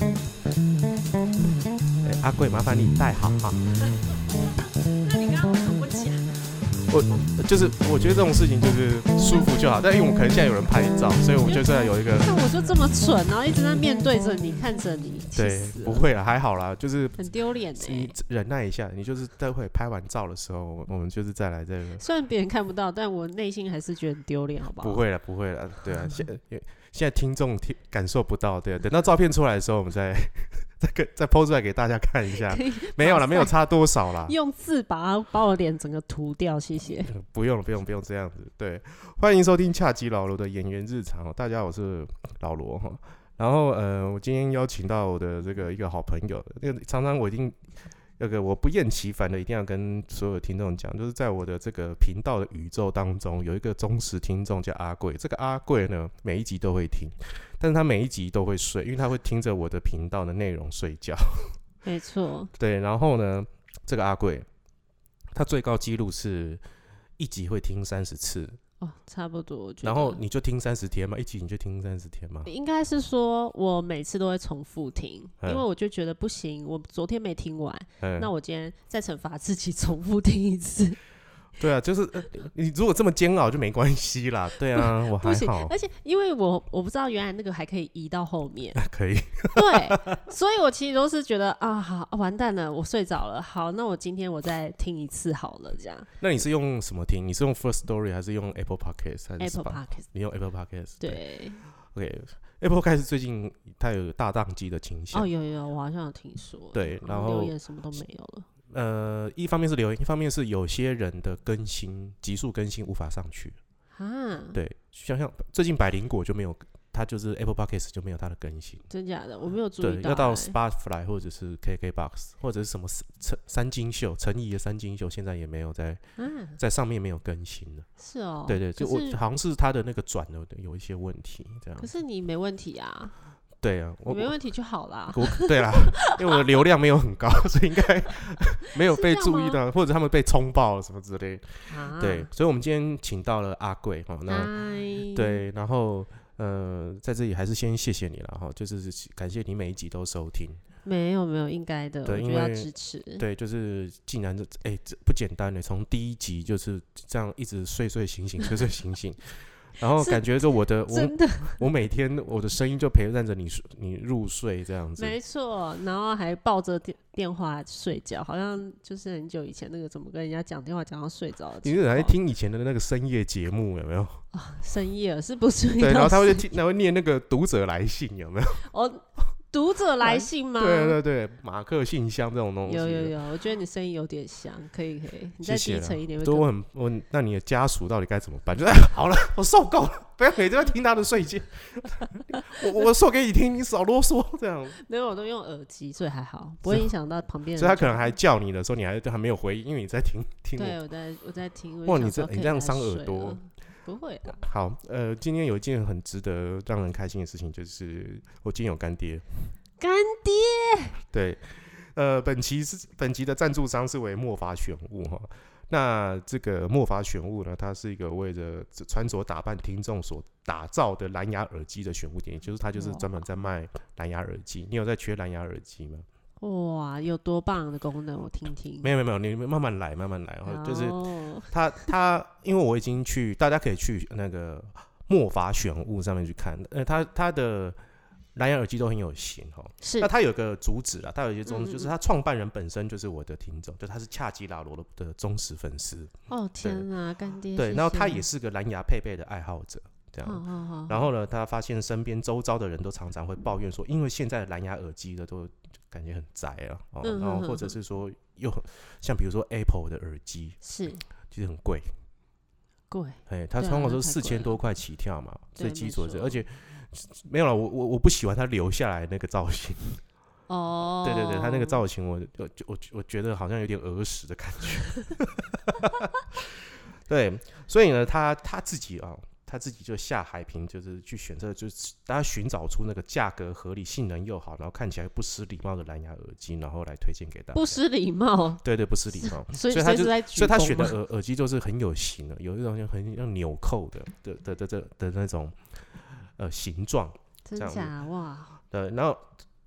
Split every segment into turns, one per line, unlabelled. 哎阿贵，麻烦
嗯
你戴好哈。
那你刚刚很不讲，
我
嗯
就是我觉得这种事情就是舒服就好，但因为我们可能现在有人拍照，所以我就真的有 一个
看我就这么蠢，然后一直在面对着你，看着你，气
对
死，
不
了
会了，啊还好啦，就是
很丢脸哎
你。忍耐一下，你就是待会拍完照的时候，我们就是再来这个。
虽然别人看不到，但我内心还是觉得很丢脸，好不好？
不，会了，不会了，对啊， 现也现在听众听感受不到，对啊、等到照片出来的时候，我们再 再给再抛出来给大家看一下
可。以
没有啦，
马
没有
赛
差多少啦，
用字把它把我脸整个涂掉，谢谢。
不用了，不用，不用这样子。对，欢迎收听恰吉老罗的演员日常哦。大家好，我是老罗哈。然后呃，我今天邀请到我的这个一个好朋友，那个常常我一定那个我不厌其烦的一定要跟所有听众讲，就是在我的这个频道的宇宙当中，有一个忠实听众叫阿贵。这个阿贵呢，每一集都会听，但是他每一集都会睡，因为他会听着我的频道的内容睡觉。
没错，
对，然后呢，这个阿贵，他最高纪录是一集会听三十次，
哦，差不多。我觉得
然后你就听三十天嘛，一集你就听三十天嘛。
应该是说，我每次都会重复听，因
嗯
为我就觉得不行，我昨天没听完，
嗯，
那我今天再惩罚自己重复听一次，
对啊，就是、呃你如果这么煎熬就没关系啦。对啊，我
不
还
行
好。
而且因为我我不知道原来那个还可以移到后面，
可以，
对，所以我其实都是觉得啊，好完蛋了，我睡着了，好，那我今天我再听一次好了，这样。
那你是用什么听？你是用 First Story 还是用 Apple Podcast 还是
Apple
Spotify？
Podcast，
你用 Apple Podcast
对，
OK，Apple Podcast 最近它有大宕机的倾向。
哦，有有，我好像有听说，
对然后
留言什么都没有了，
呃，一方面是留言，一方面是有些人的更新急速更新无法上去。
啊，
对，想想最近百灵果就没有，它就是 Apple Podcast 就没有它的更新。
真假的，我没有注
对
意，到、
要到
欸
Spotify 或者是 KKBox 或者是什么陈三金秀陈怡的三金秀，现在也没有在
啊，
在上面没有更新了。
是哦，
对对，就我
可是
好像是它的那个转的有一些问题，这样
可。是你没问题啊，
对啊，我
你没
我
问题就好啦。
我对啦，因为我的流量没有很高，所以应该 没有
是
被
这样
注意
吗
到，或者他们被冲爆了什么之类。
啊，
对，所以我们今天请到了阿贵哈，
嗯
那。
嗨，
对，然后呃，在这里还是先谢谢你了哈，就是感谢你每一集都收听。
没有没有，应该的，我
对
觉
因
得要
为
支持。
对，就是竟然这哎、这不简单的，从第一集就是这样一直睡睡醒醒睡睡醒 醒，然后
是
感觉着我 的我
真的
我每天我的声音就陪伴着你睡你入睡这样子。
没错，然后还抱着电电话睡觉，好像就是很久以前那个怎么跟人家讲电话讲到睡着的
你
情
是
况。
还在听以前的那个深夜节目有没 有？
深夜了是不是？
对，然后他会听，他会念那个读者来信有没 有？
哦，读者来信吗？
对对对，马克信箱这种东西。
有有有，我觉得你声音有点像，可以可以，你
谢
再
谢啊
低
啦
沉一点会
对，
更
我很我很那你的家属到底该怎么办？就是、 哎、好了，我受够了，不要每天要听他的睡觉， 我我说给你听，你少啰嗦这样。
没有，我都用耳机，所以还好，不会影响到旁边人。
所以他可能还叫你的时候，你还还没有回应，因为你在听听
对啊
我。
我在我在听。我
哇
就
你这
想说
你
可以
这样
来
伤耳
睡
朵
了？不会啦，
好，呃，今天有一件很值得让人开心的事情，就是我今天有干爹。
干爹
对，呃，本期是本期的赞助商是为墨法选物哈。那这个墨法选物呢，它是一个为着穿着打扮听众所打造的蓝牙耳机的选物店，也就是它就是专门在卖蓝牙耳机。你有在缺蓝牙耳机吗？
哇，有多棒的功能，我听听。
没有没有没有，你们慢慢来，慢慢来。哈，就是
哦
它它，因为我已经去，大家可以去那个墨法选物上面去看，呃，它它的蓝牙耳机都很有型哈。
是
那他有个主旨啊，他有一些宗旨，
嗯
就是他创办人本身就是我的听众，就他是恰吉拉罗的的忠实粉丝，
哦天哪，干爹
对，
谢
然后他
谢
也是个蓝牙配备的爱好者，这
好
样。
好好，
然后呢，他发现身边周遭的人都常常会抱怨说，因为现在的蓝牙耳机的都感觉很宅啊，哦，
嗯
然后
哼哼
或者
哼
是说又很像比如说 Apple 的耳机
是
其实很贵，
贵，
哎，它
对啊
通常都
那
是
太
四
贵
千
了
多块起跳嘛，
对
最基础的
没
是，
错
而且没有了，我我我不喜欢它留下来那个造型。
哦，
对对对，他那个造型我，我就我我觉得好像有点儿时的感觉。 对，所以呢，他他自己啊、他自己就下海平，就是去选择，就是大家寻找出那个价格合理、性能又好，然后看起来不失礼貌的蓝牙耳机，然后来推荐给大家。
不失礼貌，
对对，不失礼 貌。
所以
所以他
随
就
时在
所以他
举
选的
躬嘛
耳耳机就是很有型的，有一种很像纽扣的的的的的的那种呃形状。这
真
样
假哇，
对，然后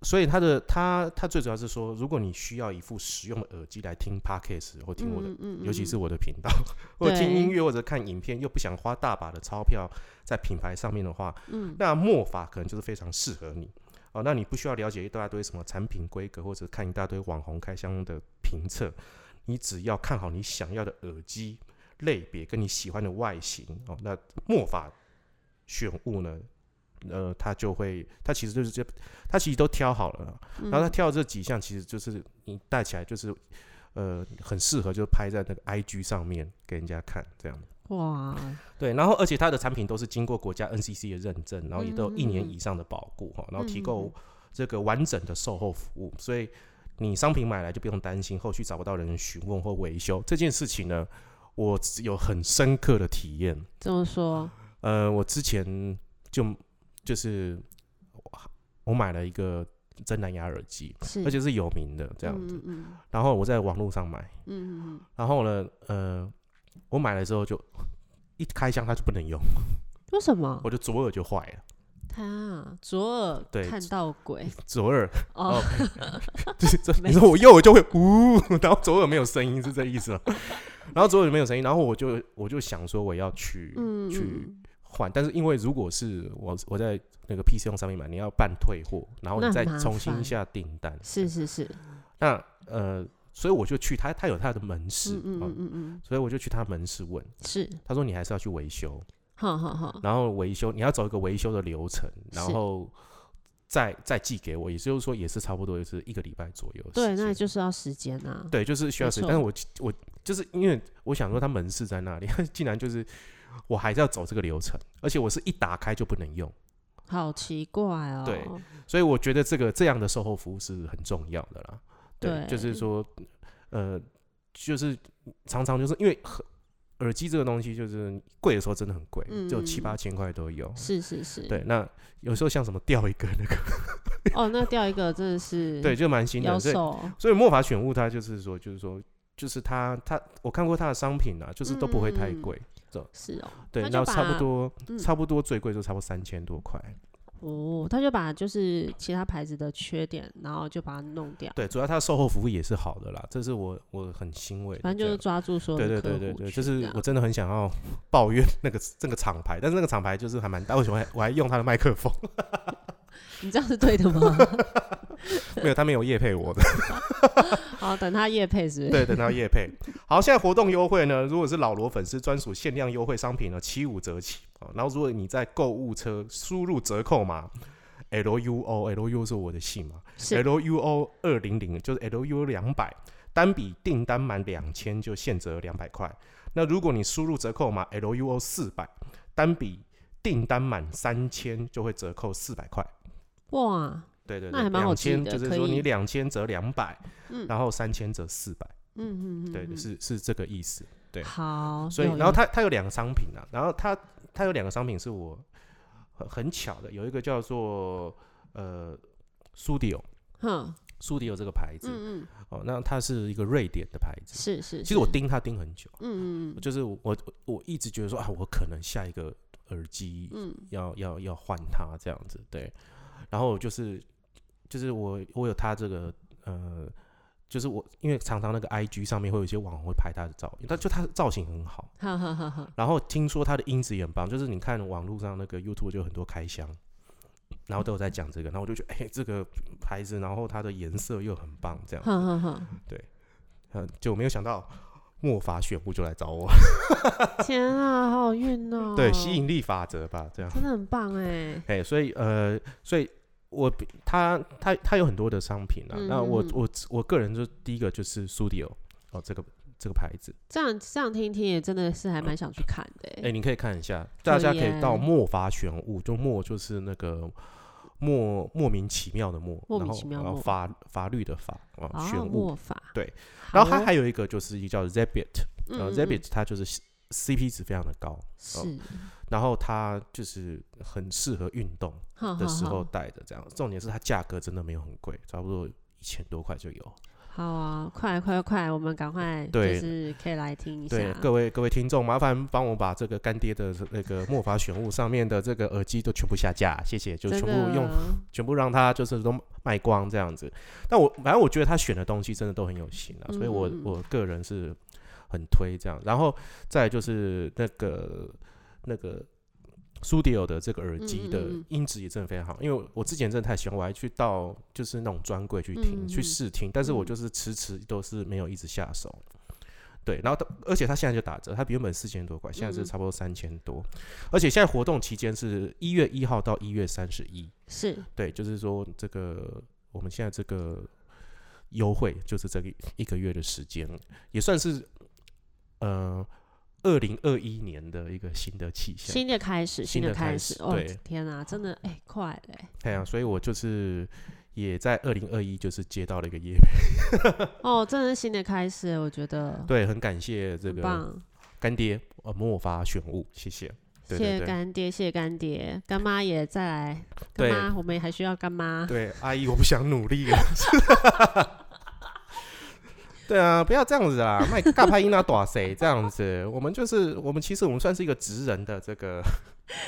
所以他的他他最主要是说，如果你需要一副实用的耳机来听 podcast 或听我的，
嗯嗯嗯
尤其是
嗯
我的频道，或者
对
听音乐或者看影片，又不想花大把的钞票在品牌上面的话，
嗯
那墨法可能就是非常适合你哦。那你不需要了解一大堆什么产品规格，或者看一大堆网红开箱的评测，你只要看好你想要的耳机类别跟你喜欢的外形哦。那墨法选物呢，呃，它就会，它其实就是这，它其实都挑好了啦，
嗯
然后它挑的这几项，其实就是你带起来就是。呃，很适合就拍在那个 IG 上面给人家看，这样。
嗯哇，
对，然后而且它的产品都是经过国家 NCC 的认证，然后也都有一年
嗯嗯嗯
以上的保固哈，然后提
嗯嗯
供
嗯
这个完整的售后服务，所以你商品买来就不用担心后续找不到人询问或维修这件事情呢，我只有很深刻的体验。
这么说，
呃，我之前就就是我买了一个真蓝牙耳机，
是
而且是有名的这样子，
嗯嗯
然后我在网络上买，
嗯嗯嗯，
然后呢，呃，我买了之后就一开箱它就不能用，
为什么
我的左耳就坏了。
他啊左耳
对
看到 鬼
左 耳，
哦？
就是这，
哎没
你说我右耳就会呜， 然后左耳没有声音，是这意思 吗？然后左耳没有声音，然后我就我就想说我要去、
嗯，
去
嗯
换，但是因为如果是我我在那个 PC 用上面买，你要办退货，然后
那
你再
很麻
重新
烦
下订单，
是是是，嗯
那呃，所以我就去他他有他的门市，
嗯嗯
哦
嗯嗯嗯，
所以我就去他门市问，
是，
他说你还是要去维修，
好好好，
然后维修你要走一个维修的流程，然
哦是
后再再寄给我，也就是说也是差不多就是一个礼拜左右的
对，
时间
那就是要时间啊。
对，就是需
没
要时间。
错
但是我我就是因为我想说，他门市在那里，竟然就是我还是要走这个流程，而且我是一打开就不能用，
好奇怪哦。
对所以我觉得这个这样的售后服务是很重要的啦。对，就
对
是说，呃，就是常常就是因为很耳机这个东西，就是贵的时候真的很贵，就七
嗯
八千块都有。
是是是。
对，那有时候像什么掉一个那个，
哦，那掉一个真的是
对，就蛮新
妖
的。所以
兽，
所以魔法选物它就是说，就是说，就是它它我看过它的商品啊，就是都不会太
嗯
贵。
是哦。
对，
他
然
就
后差
把
不多、
嗯
差不多最贵就差不多三千多块。
哦，他就把就是其他牌子的缺点，然后就把它弄掉，
对，主要它的售后服务也是好的啦，这是我我很欣慰的这
反
样。
正就是抓住说
对对对对对，就是我
我
真的很想要 抱怨那个这个厂牌，但是那个厂牌就是还蛮大，为什么还我还用他的麦克风？
你这样是对的吗？
没有，他没有夜配我的，
好，等他夜配是不是？
对，等到夜配。好，现在活动优惠呢，如果是老罗粉丝专属限量优惠商品呢，七五折起哦。然后如果你在购物车输入折扣码 L U O L U 是我的姓嘛，
是
LUO 二零零就是 LUO 两百，单笔订单满两千就现折两百块。那如果你输入折扣码 LUO 四百，单笔订单满三千就会折扣四百块。
哇，
对对
那还
对，
蛮好
两
记
千
的
就是
可
说
以
你两千折两百、
嗯
然后三千折四百，
嗯嗯嗯，
对，
嗯
是是这个意思。对
好，
所以
有，
然后
有
它它有两个商品啊，然后它它有两个商品是我很很巧的，有一个叫做呃苏迪欧，
哼，
苏迪欧这个牌子，
嗯嗯，
哦，那它是一个瑞典的牌子。
是是，
其实我
是，
盯它盯很久，
嗯嗯嗯
就是我我我一直觉得说啊，我可能下一个耳机
嗯，
要要要换它这样子，对。然后就是就是我我有它这个呃，就是我因为常常那个 IG 上面会有一些网红会拍它的照片，但就它的造型很好，
哈哈哈哈，
然后听说它的音质也很棒，就是你看网络上那个 YouTube 就有很多开箱。然后都有在讲这个，然后我就觉得，哎、这个牌子，然后它的颜色又很棒，这样子。
哈哈哈。
嗯，就没有想到末法选物就来找
哦
我，
天啊，好好运 哦！
对，吸引力法则吧，这样，
真的很棒哎。
哎、所以呃，所以我比他他他有很多的商品啊，
嗯
那我
嗯嗯
我我个人就第一个就是 Studio 哦，这个这个牌子，
这样这样听听也真的是还蛮想去看的
哎、
欸。
你可以看一下，
可以
大
啊
家可以到
耶
末法选物，就末就是那个。莫莫名其妙的莫，
莫
然
名
后
其妙
然后
莫
法法律的法啊，
啊，
选物。
魔法
对，
好
然后它
哦
还有一个就是一个叫 Rabbit，
嗯
呃哦
嗯嗯
Rabbit 它就是 CP 值非常的高，
嗯是
然后它就是很适合运动
啊
的时候，戴的这样。重点是它价格真的没有很贵，差不多一千多块就有。
好好啊，快快快，我们赶快就
对
是可以来听一下。
对各位各位听众，麻烦帮我把这个干爹的那个末法选物上面的这个耳机都全部下架，谢谢，就
真
全部
的
用，全部让他就是都卖光这样子。但我反正我觉得他选的东西真的都很有型啊，所以我
嗯嗯嗯
我个人是很推这样。然后再来就是那个那个 Studio 的这个耳机的
嗯嗯嗯
音质也真的非常好，因为我之前真的太喜欢，我还去到就是那种专柜去
嗯
听
嗯
去
嗯
试听，但是我
嗯
就是迟迟都是没有一直下手。对，然后它而且它现在就打折，它原本四千多块，现在
嗯
是
嗯
差不多三千多，而且现在活动期间是一月一号到一月三十一，
是
对，就是说这个我们现在这个优惠就是这个一个月的时间，也算是呃二零二一年的一个新的气象。
新的开始，
新
的
的开
开
始
始。哦
对，
天哪，真的哎、快嘞、
对啊，所以我就是也在二零二一就是接到了一个业配，
哦，真的是新的开始，我觉得
对，很感谢这
很
个
棒。
干爹呃莫发选物，谢 谢。对
谢
对
谢
对
干爹，谢谢干爹，干妈也再来，干
对
妈我们也还需要干妈。
对，阿姨，我不想努力了。 对啊，不要这样子啦，卖尬拍音啊，打谁这样子？我们就是我们，其实我们算是一个职人的这个，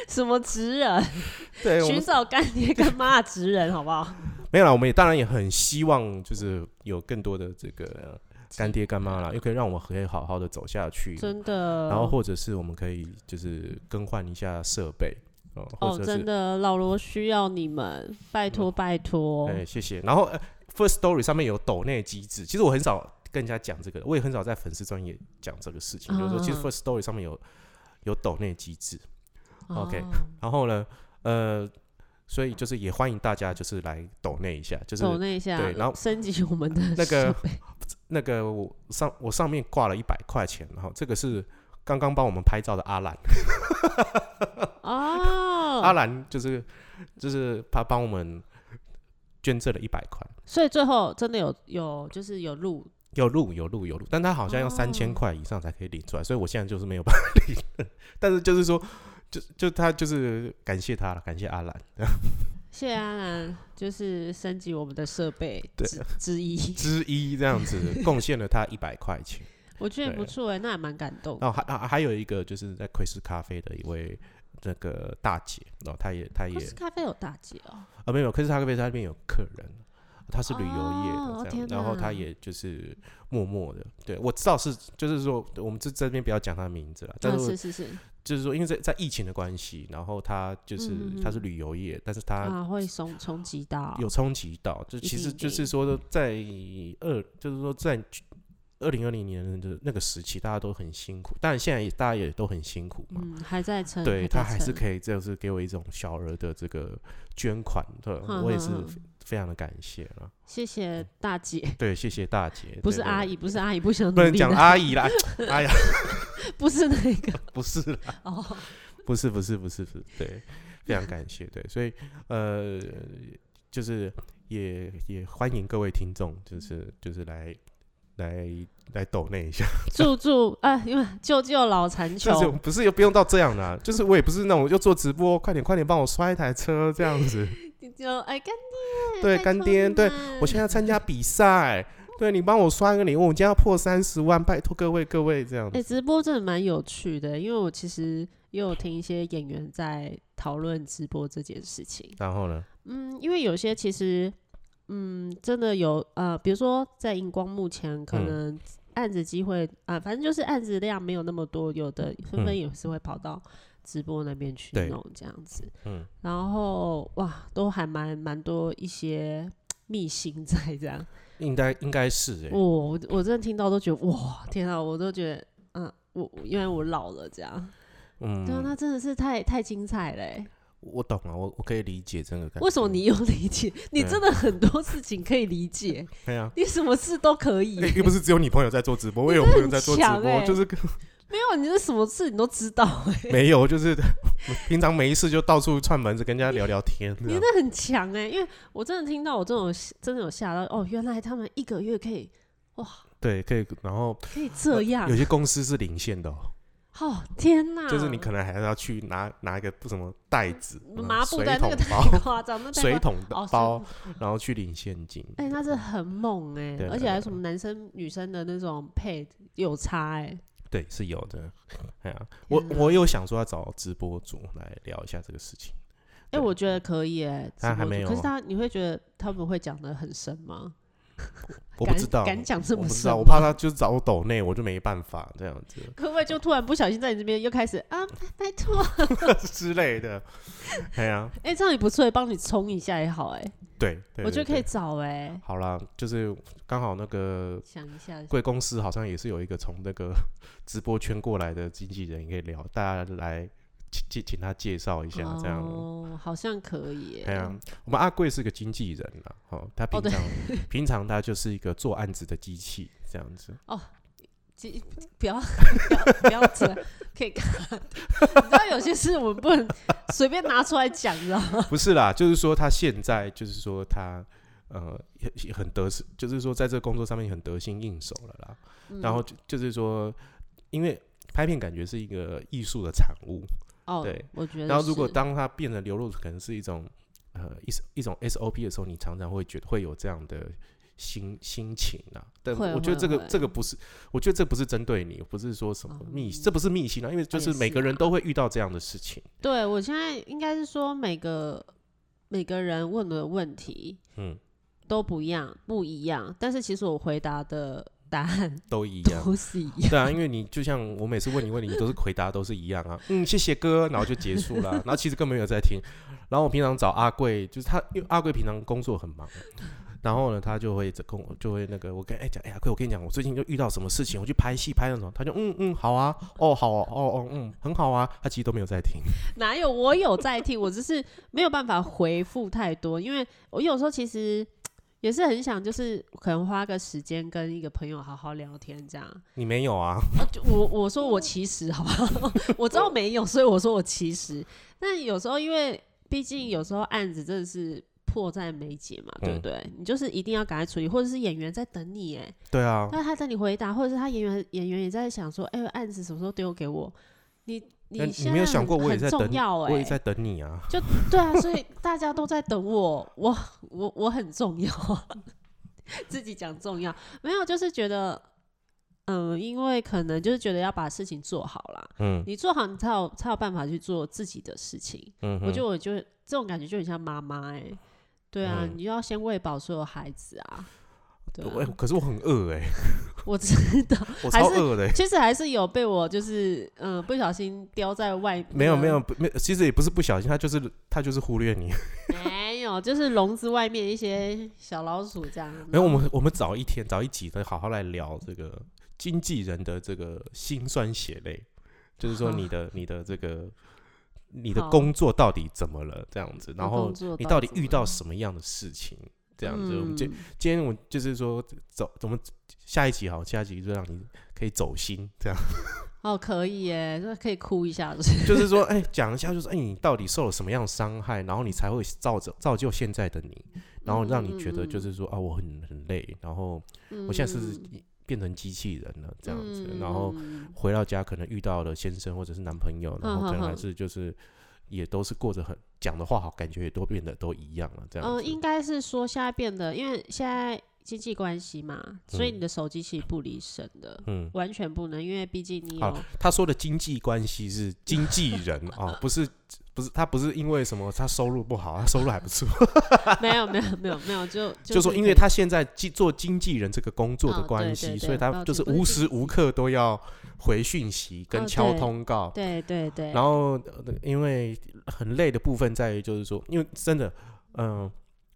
什么职人？
对，哎我
寻
们
找干爹干妈的职人，好不 好？
没有啦，我们也当然也很希望就是有更多的这个干爹干妈啦，又可以让我们可以好好的走下去，
真的。
然后或者是我们可以就是更换一下设备哦，
哦，
或者
真
是嗯
的，老罗需要你们，拜托拜托。
哎，谢谢。然后呃 First Story 上面有抖内机制，其实我很少跟人家讲这个，我也很少在粉丝专业讲这个事情，就是说其实
嗯
First Story 上面有有抖内机制，
哦
OK 然后呢，呃，所以就是也欢迎大家就是来抖内一下，就是
抖那一下，
对然后
升级我们的
那个
设备
那个我上我上面挂了一百块钱，然后这个是。刚刚帮我们拍照的阿兰，
哦，
阿兰就是就是他帮我们捐赠了一百块，
所以最后真的有有就是有录，
有录有录有录，但他好像要
哦
三千块以上才可以领出来，所以我现在就是没有办法领。但是就是说，就就他就是感谢他了，感谢阿兰
谢谢阿兰就是升级我们的设备
对
之之一，
之一这样子，贡献了他一百块钱。
我觉得
对
不错哎、那还蛮感动的。
然后还还还有一个就是在奎斯咖啡的一位那个大姐，然后她也她也
可是咖啡有大姐哦，
啊没有，奎斯咖啡她那边有客人，她是旅游业
哦
的这样，
天
然后她
哪
也就是默默的，对我知道是就是说我们这这边不要讲她的名字了，但
啊
是我
是是是
就是说，因为在在疫情的关系，然后他就是、
嗯嗯嗯
他是旅游业，但是他
啊，会冲冲击到
有冲击到，就
一
其实
定嗯
就
的
是说在二，就是说在二零二零年的那个时期，大家都很辛苦，但现在也大家也都很辛苦嘛。
嗯还在撑，
对
在
他还是
撑
可以，就是给我一种小额的这个捐款的，
哼
我也
哼
是
哼
非常的感谢了。
谢谢大姐，
对，谢谢大姐，
不
对
是
对
阿姨，不是阿姨，不想
不能
努力
讲
了
阿姨啦，哎呀，
不是那 个
不是啦
哦，
不是不是不是不是，对，非常感谢，对，所以呃，就是也也欢迎各位听众，就是就是来来来抖那一下，
祝祝啊，因为救救老残
但是
穷，
不是又不用到这样啦、就是我也不是那种又做直播，快点快点帮我刷一台车这样子，
就哎干爹，
对
拜
干
托
爹
你
对
们
我现在要参加比赛。对你帮我刷一个礼物，我今天要破三十万，拜托各位各位这样
哎、
子。
直播真的蛮有趣的，因为我其实也有听一些演员在讨论直播这件事情。
然后呢？
嗯，因为有些其实，嗯，真的有呃，比如说在荧光幕前，可
嗯
能案子机会啊、反正就是案子量没有那么多，有的纷纷
嗯
也是会跑到直播那边去
对
弄这样子。
嗯，
然后哇，都还蛮蛮多一些秘辛在这样。
应该应该是哎、
我我我真的听到都觉得哇，天啊，我都觉得，嗯、我我因为我老了这样，对啊，
嗯，
那真的是太太精彩嘞、
我懂了，我我可以理解这个感觉。
为什么你有理解？你真的很多事情可以理 解，
对啊？
你什么事都可以、
欸又不是只有你朋友在做直播，我也有
真
朋友
的
在做直
很强
播，
欸
就是
没啊有，你这什么事你都知道、哎，
没有，就是 平常没事就到处串门子跟人家聊聊天。这
你
样
这很强哎、因为我真的听到我这种真的有吓到哦，原来他们一个月可以哇，
对，可以。然后
可以这样
有，些公司是领先的、哦，
哦天哪！
就是你可能还是要去拿拿一个不什么袋子、
嗯
嗯
麻布
水
袋那
桶
个太
包、
夸张，那太
水
夸
桶
哦水
包，然后去领现金。
哎、那是很猛哎、
对
而
对
且还有
对
什么男生女生的那种配有差哎、
对，是有的。 哎呀，我
天哪
我有想说要找直播主来聊一下这个事情。
哎、
对
我觉得可以哎、
他
直
还
播
没
主
有
可是他你会觉得他们会讲的很深吗？
我不
敢
知道，
敢讲这
我
么
不知道，
深
我
吗
怕他就是找我抖内，我就没办法这样子
可不可以就突然不小心在你这边又开始啊，拜托，
之类的。哎呀，
哎、这样也不错，帮你冲一下也好哎、
对，对
我觉得可。
对
以
对
找哎、
好啦，就是刚好那个
想一下，
贵公司好像也是有一个从那个 直播圈过来的经纪人，也可以聊，大家来请请请他介绍一下这样。
哦，好像可以、
哎
哎、
呀，我们阿贵是个经纪人啦，哦，他平
对
常、 平常他就是一个做案子的机器这样子。
其不要不要不要这样，可以看。 你知道有些事我们不能随便拿出来讲，你知道吗？
不是啦，就是说他现在就是说他呃也也很得是，就是说在这个工作上面很得心应手了啦。
嗯
然后就就是说，因为拍片感觉是一个艺术的产物，
哦，
对，
我觉得
然后如果
是
当它变得流露，可能是一种呃一一种 SOP 的时候，你常常会觉得会有这样的。心心情啊，但
会
我觉得
会
这个
会哦
这个不是，我觉得这不是针对你，不是说什么密，这不是密信啊，因为就
也
是每
是
个人
啊
都会遇到这样的事情。
对我现在应该是说每个每个人问的问题
嗯，
都不一样，不一样，但是其实我回答的答案
都一样。
都是一样。
对啊，因为你就像我每次问你问题，你都是回答都是一样啊，嗯，谢谢哥，然后就结束了，然后其实根本没有在听。然后我平常找阿贵，就是他，因为阿贵平常工作很忙，啊然后呢，他就会跟我就会那个，我跟哎讲，哎阿贵，我跟你讲，我最近就遇到什么事情，我去拍戏拍那种，他就嗯嗯好啊，哦好哦哦哦嗯很好啊，他其实都没有在听。
哪有我有在听，我只是没有办法回复太多，因为我有时候其实也是很想，就是可能花个时间跟一个朋友好好聊天这样。
你没有啊？
啊就我我说我其实好不好？我知道没有，所以我说我其实。但有时候因为毕竟有时候案子真的是迫在眉睫嘛，对不
嗯
对？你就是一定要赶快处理，或者是演员在等你，哎，
对啊，
那他等你回答，或者是他演员演员也在想说，哎、案子什么时候丢给我？你
那
你
哎你
现
没有
在
想
很
过我也
很
在等
重
你
要哎、
我也在等你啊。
对啊，所以大家都在等我，我我我很重要， 自己讲重要，没有就是觉得，嗯，因为可能就是觉得要把事情做好啦，
嗯
你做好你才有才有办法去做自己的事情。
嗯哼，
我觉得我就这种感觉就很像妈妈哎、对啊，
嗯
你就要先喂饱所有孩子啊。对
我
啊，
可是我很饿哎，
我 知道，
我
还
超
是
饿的欸。
其实还是有被我就是嗯不小心叼在外，
没有没有不没有，其实也不是不小心，他就是他就是忽略你。
没有，就是笼子外面一些小老鼠这样。
没有，我们我们早一天早一集呢，好好来聊这个经纪人的这个辛酸血泪，就是说你的、你的这个你的
好
工作到底怎么了这样子，然后
工作
你
到
到底
底怎么
遇
了
到什么样的事情这样子。我们今
嗯
今天我就是说走，我们下一集好，下一集就让你可以走心这样。
哦，可以耶，那可以哭一下，就是
就是说，哎、讲一下，就是哎、你到底受了什么样的伤害，然后你才会造着造就现在的你，然后让你觉得就是说啊，我很很累，然后我现在是变成机器人了这样子，然后回到家可能遇到了先生或者是男朋友，然后可能还是就是也都是过着很讲的话好，感觉也都变得都一样了这样子
嗯，应，该是说现在变得，因为现在经济关系嘛，所以
嗯
你的手机其实不离身的，
嗯。
完全不能，因为毕竟你
好
有，
他说的经济关系是经纪人啊、不是不是，他不是因为什么他收入不好，他收入还不错，
没有没有没有没有，就
就是说，因
可
为
以
他现在经做经纪人这个工作的
哦对
关
对
系，
对
所以
抱
他
歉
就是
不是
无
经
时无刻都要回讯息
哦
跟敲
对
通告。
对对对，
然后，呃因为很累的部分在于，就是说，因为真的，嗯、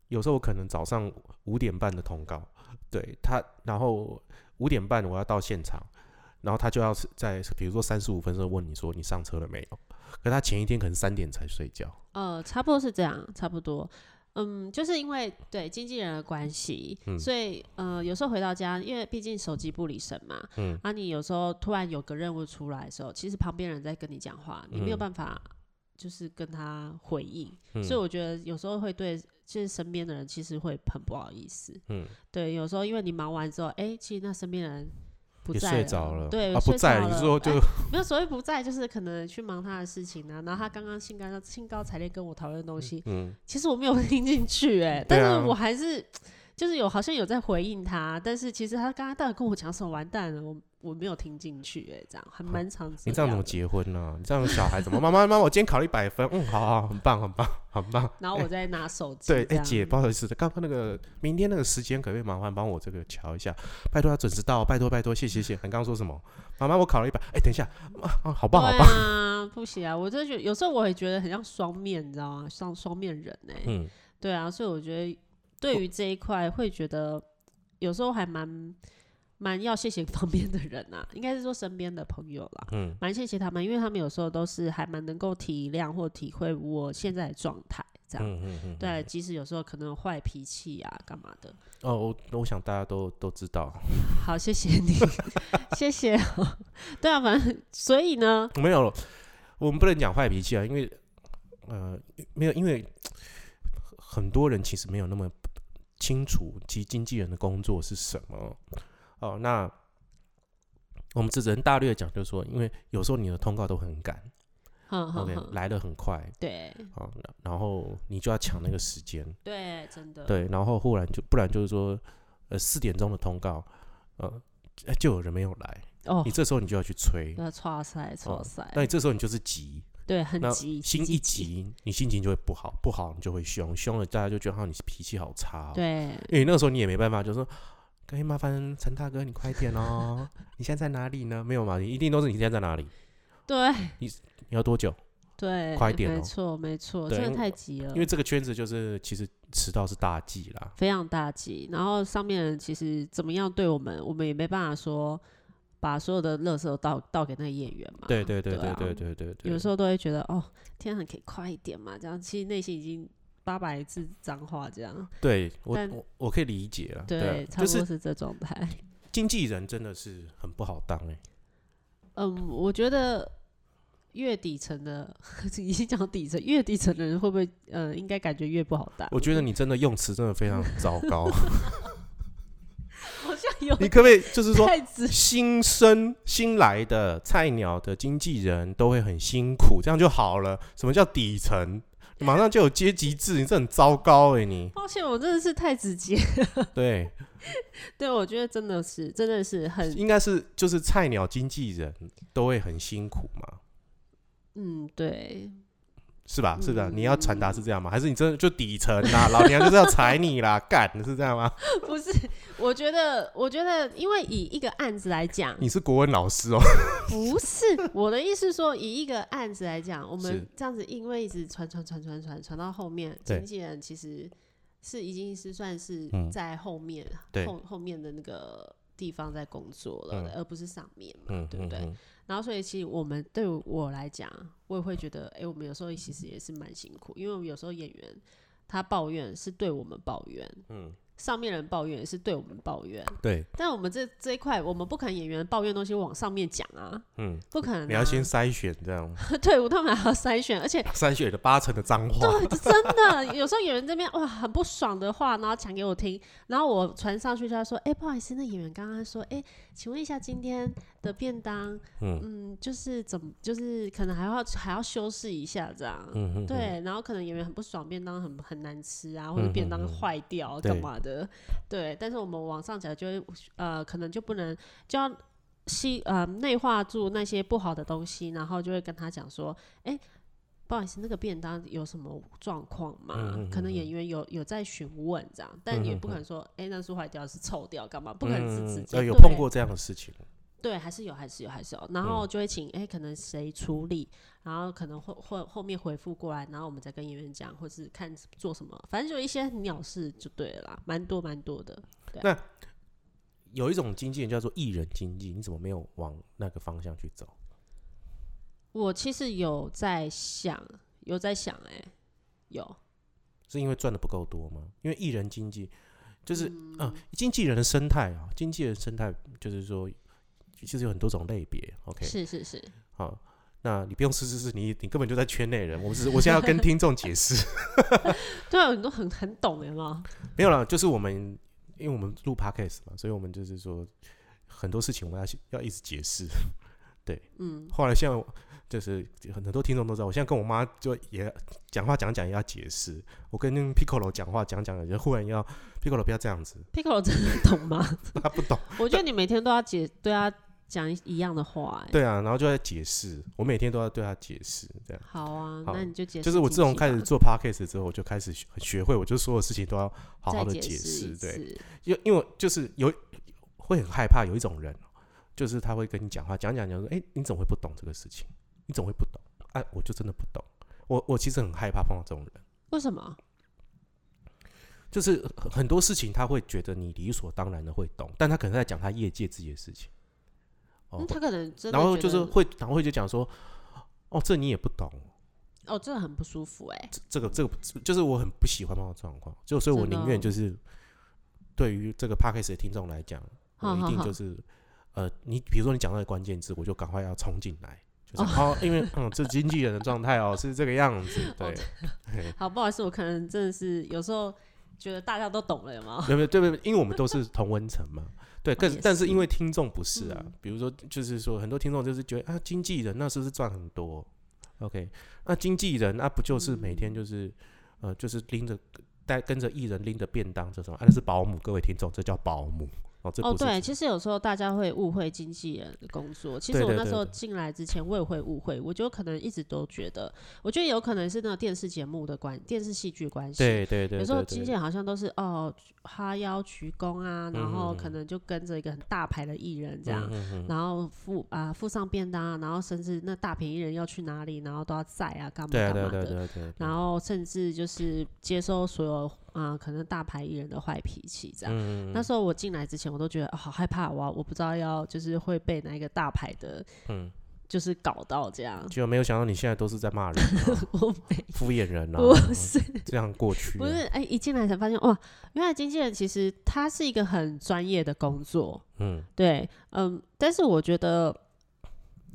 有时候我可能早上五点半的通告，对他，然后五点半我要到现场，然后他就要是在比如说三十五分钟问你说你上车了没有，可他前一天可能三点才睡觉。
呃，差不多是这样，差不多。嗯，就是因为对经纪人的关系，
嗯
所以呃，有时候回到家，因为毕竟手机不离身嘛，
嗯
啊，你有时候突然有个任务出来的时候，其实旁边人在跟你讲话，你没有
嗯
办法就是跟他回应，
嗯
所以我觉得有时候会对就是身边的人其实会很不好意思，
嗯
对，有时候因为你忙完之后，哎、其实那身边的人不
也
在
睡着了，
对，
啊，不
睡
在
着
了，
了
你说就
哎没有所谓不在，就是可能去忙他的事情啊。然后他刚刚兴高兴高采烈跟我讨论东西，
嗯，
其实我没有听进去、哎，
对
但
啊
是我还是就是有好像有在回应他，但是其实他刚刚到底跟我讲什么，完蛋了，我我没有听进去、哎，这样还蛮常这样。
你这样怎么？结婚呢、你这样小孩怎么？妈 妈妈，我今天考了一百分，嗯，好好，很棒，很棒，很棒。
然后我再拿手机、
对，
这
哎、
样
姐，不好意思，刚刚那个明天那个时间可不可以麻烦帮我这个瞧一下？拜托他准时到，拜托拜托，谢谢谢。你刚刚说什么？妈妈，我考了一百。哎，等一下，啊，好棒好
对
棒。
啊，不行啊！我真的觉得有时候我也觉得很像双面，你知道吗？像双面人哎、
嗯，
对啊，所以我觉得对于这一块会觉得有时候还蛮蛮要谢谢旁边的人啊， 应该是说身边的朋友啦，
嗯，
蛮谢谢他们，因为他们有时候都是还蛮能够体谅或体会我现在的状态这样。
嗯嗯嗯，嗯。
对，啊即使有时候可能有坏脾气啊，干嘛的。
哦，我我想大家都都知道，啊
好，谢谢 你，谢谢哦、对啊，反正所以呢，
没有，我们不能讲坏脾气啊，因为呃，没有，因为很多人其实没有那么清楚，其实经纪人的工作是什么。哦，那我们只能大略讲，就是说，因为有时候你的通告都很赶
哼哼
，OK，
嗯哼，
来的很快，
对
好、然后你就要抢那个时间，
对，真的，
对，然后忽然就不然就是说，呃，四点钟的通告，呃，哎就有人没有来，
哦
你，这时候你就要去催，
要刷塞刷塞，
那你这时候你就是急，
对，很
哦那
急，
心
急
一，急，你心情就会不好，不好你就会凶，凶了大家就觉得啊哈你脾气好差、哦，，
对，
因为那时候你也没办法，就说。可以麻烦陈大哥，你快点哦！你现在在哪里呢？没有嘛？你一定都是你现在在哪里？
对
你要多久？
对，
快点
没
哦
错没错，
对
真的
因为
太急了
因，为这个圈子就是其实迟到是大忌啦。
非常大急。然后上面人其实怎么样对我们，我们也没办法说把所有的垃圾都倒倒给那个演员嘛。
对对对
对
对
啊
对对对对。
有时候都会觉得哦，天啊，可以快一点嘛，这样其实内心已经八百字脏话这样，
对我
但
我我可以理解了，
对，
对，啊就
差不
是
多是这状态。
经纪人真的是很不好当哎、
嗯，我觉得越底层的， 已经讲底层，越底层的人会不会，呃，应该感觉越不好打？
我觉得你真的用词真的非常糟 糕，
好像有
你可不可以就是说
太直
新生新来的菜鸟的经纪人都会很辛苦，这样就好了。什么叫底层？马上就有阶级制，你这很糟糕哎、 你
抱歉，我真的是太直接。
对，
对，我觉得真的是，真的是很，
应该是就是菜鸟经纪人都会很辛苦嘛，
嗯，对，
是吧？是的，
嗯
你要传达是这样吗？还是你真的就底层 啦？老娘就是要踩你啦， 干是这样吗？
不是，我觉得，我觉得，因为以一个案子来讲，
你是国文老师哦、
不是我的意思是说，以一个案子来讲，我们
是
这样子，因为一直传传传传传传到后面，
对
经纪人其实是已经是算是
嗯
在后面、
对
后后面的那个地方在工作了，
嗯
而不是上面嘛，
嗯，
对不对？
嗯嗯
然后，所以其实我们对我来讲，我也会觉得，哎、我们有时候其实也是蛮辛苦，因为我们有时候演员他抱怨是对我们抱怨，
嗯，
上面人抱怨也是对我们抱怨，
对，
但我们这这一块，我们不可能演员抱怨的东西往上面讲啊，
嗯，
不可能、啊。啊
你要先筛选这样，
对，我他们还要筛选，而且
筛选了八成的脏 话，
对，真的有时候演员这边哇很不爽的话，然后讲给我听，然后我传上去就他说，哎、不好意思，那演员刚刚说，哎、请问一下今天的便当，
嗯
嗯，就是怎么，就是可能还要还要修饰一下这样。
嗯嗯，嗯，
对，然后可能演员很不爽，便当很很难吃啊，或者
嗯
便
嗯
当
嗯
坏掉啊
对
干嘛的，对。但是我们往上讲就会，呃，可能就不能就要吸呃内化住那些不好的东西，然后就会跟他讲说，哎、不好意思，那个便当有什么状况吗？
嗯嗯嗯
可能
嗯
演员有有在询问这样，但也
嗯嗯
不
嗯
可能说，哎、那是坏掉是臭掉干嘛？不可能是直
嗯
接、
呃有
对
碰过这样的事情，
对，还是有，还是有，还是有。然
嗯
后就会请哎、诶可能谁处理，然后可能会会后面回复过来，然后我们再跟演员讲，或是看做什么，反正就一些鸟事就对了啦，蛮多蛮多的。
有一种经纪人叫做艺人经纪，你怎么没有往那个方向去走？
我其实有在想，有在想、诶，哎，有，
是因为赚的不够多吗？因为艺人经纪就是嗯、呃经纪人的生态啊，经纪人生态就是说，其实有很多种类别，OK，
是是是，
好。那你不用试试试，你你根本就在圈内人。我只是我现在要跟听众解释，
对啊，你都很很懂，有没有？
没有啦，就是我们，因为我们录 podcast 嘛，所以我们就是说很多事情我要要一直解释。
嗯，
后来现在我就是很很多听众都知道，我现在跟我妈就也讲话讲讲也要解释，我跟 Piccolo 讲话讲讲，就忽然要 Piccolo 不要这样子，
Piccolo 真的懂吗？
他不懂，
我觉得你每天都要解对他讲一样的话、欸。
对啊，然后就在解释，我每天都要对他解释，这样。
好啊，
好
那你就解释。
就是我自从开始，做 podcast 之后，我就开始学学会，我就所有事情都要好好
再
的
解
释，
一
对，
次，
因为因为我就是有会很害怕有一种人，就是他会跟你讲话，讲讲讲说，哎、你怎么会不懂这个事情？你怎么会不懂？啊，我就真的不懂，我我其实很害怕碰到这种人。
为什么？
就是很很多事情他会觉得你理所当然的会懂，但他可能在讲他业界自己的事情。哦
嗯，他可能真的
然后
觉
就是
得
会，然后会就讲说，哦，这你也不懂，
哦，真的很不舒服哎、欸。
这个这个就是我很不喜欢碰到这种状况，就所以我
真的
宁愿
哦
就是对于这个 p a c k a s e 的听众来讲，我
好
一
好
定
好
就是呃，你比如说你讲到的关键字，我就赶快要冲进来，就是哦，因为嗯，这经纪人的状态哦是这个样子，对，
好，不好意思，我可能真的是有时候觉得大家都懂了，有吗？
没有没有，对对，对因为我们都是同温层 嘛。对，但是
哦也
但是
是
因为听众不是啊
嗯，
比如说就是说很多听众就是觉得啊，经纪人那是不是赚很多？OK，那经纪人那、不就是每
嗯
天就是、呃就是拎着带跟着艺人拎着便当这种啊，那是保姆，各位听众这叫保姆哦， 这
哦，
不是、
对，其实有时候大家会误会经纪人的工作。其
对
实我
对
那
对
时候
对
进来之前，我也会误会，我就可能一直都觉得，我觉得有可能是那个电视节目的关，电视戏剧关系。
对对对
有时候
对
经
对
纪人好像都是哦哈腰鞠躬啊，
嗯
然后可能就跟着一个很大牌的艺人这样，然后附啊、附上便当啊，然后甚至那大牌艺人要去哪里，然后都要在啊干嘛
对啊
干
对
嘛
啊对
的，
啊对啊对啊，
然后甚至就是接收所有啊、可能大牌艺人的坏脾气
嗯
这样。那时候我进来之前，我都觉得、哦、好害怕，哇，我不知道要就是会被哪一个大牌的
嗯
就是搞到 这样，
就没有想到你现在都是在骂 人、啊、
我没
敷衍人啊，
不
然后
是
这样过去、啊，
不是，哎、一进来才发现，哇，原来经纪人其实他是一个很专业的工作，
嗯
对，嗯，但是我觉得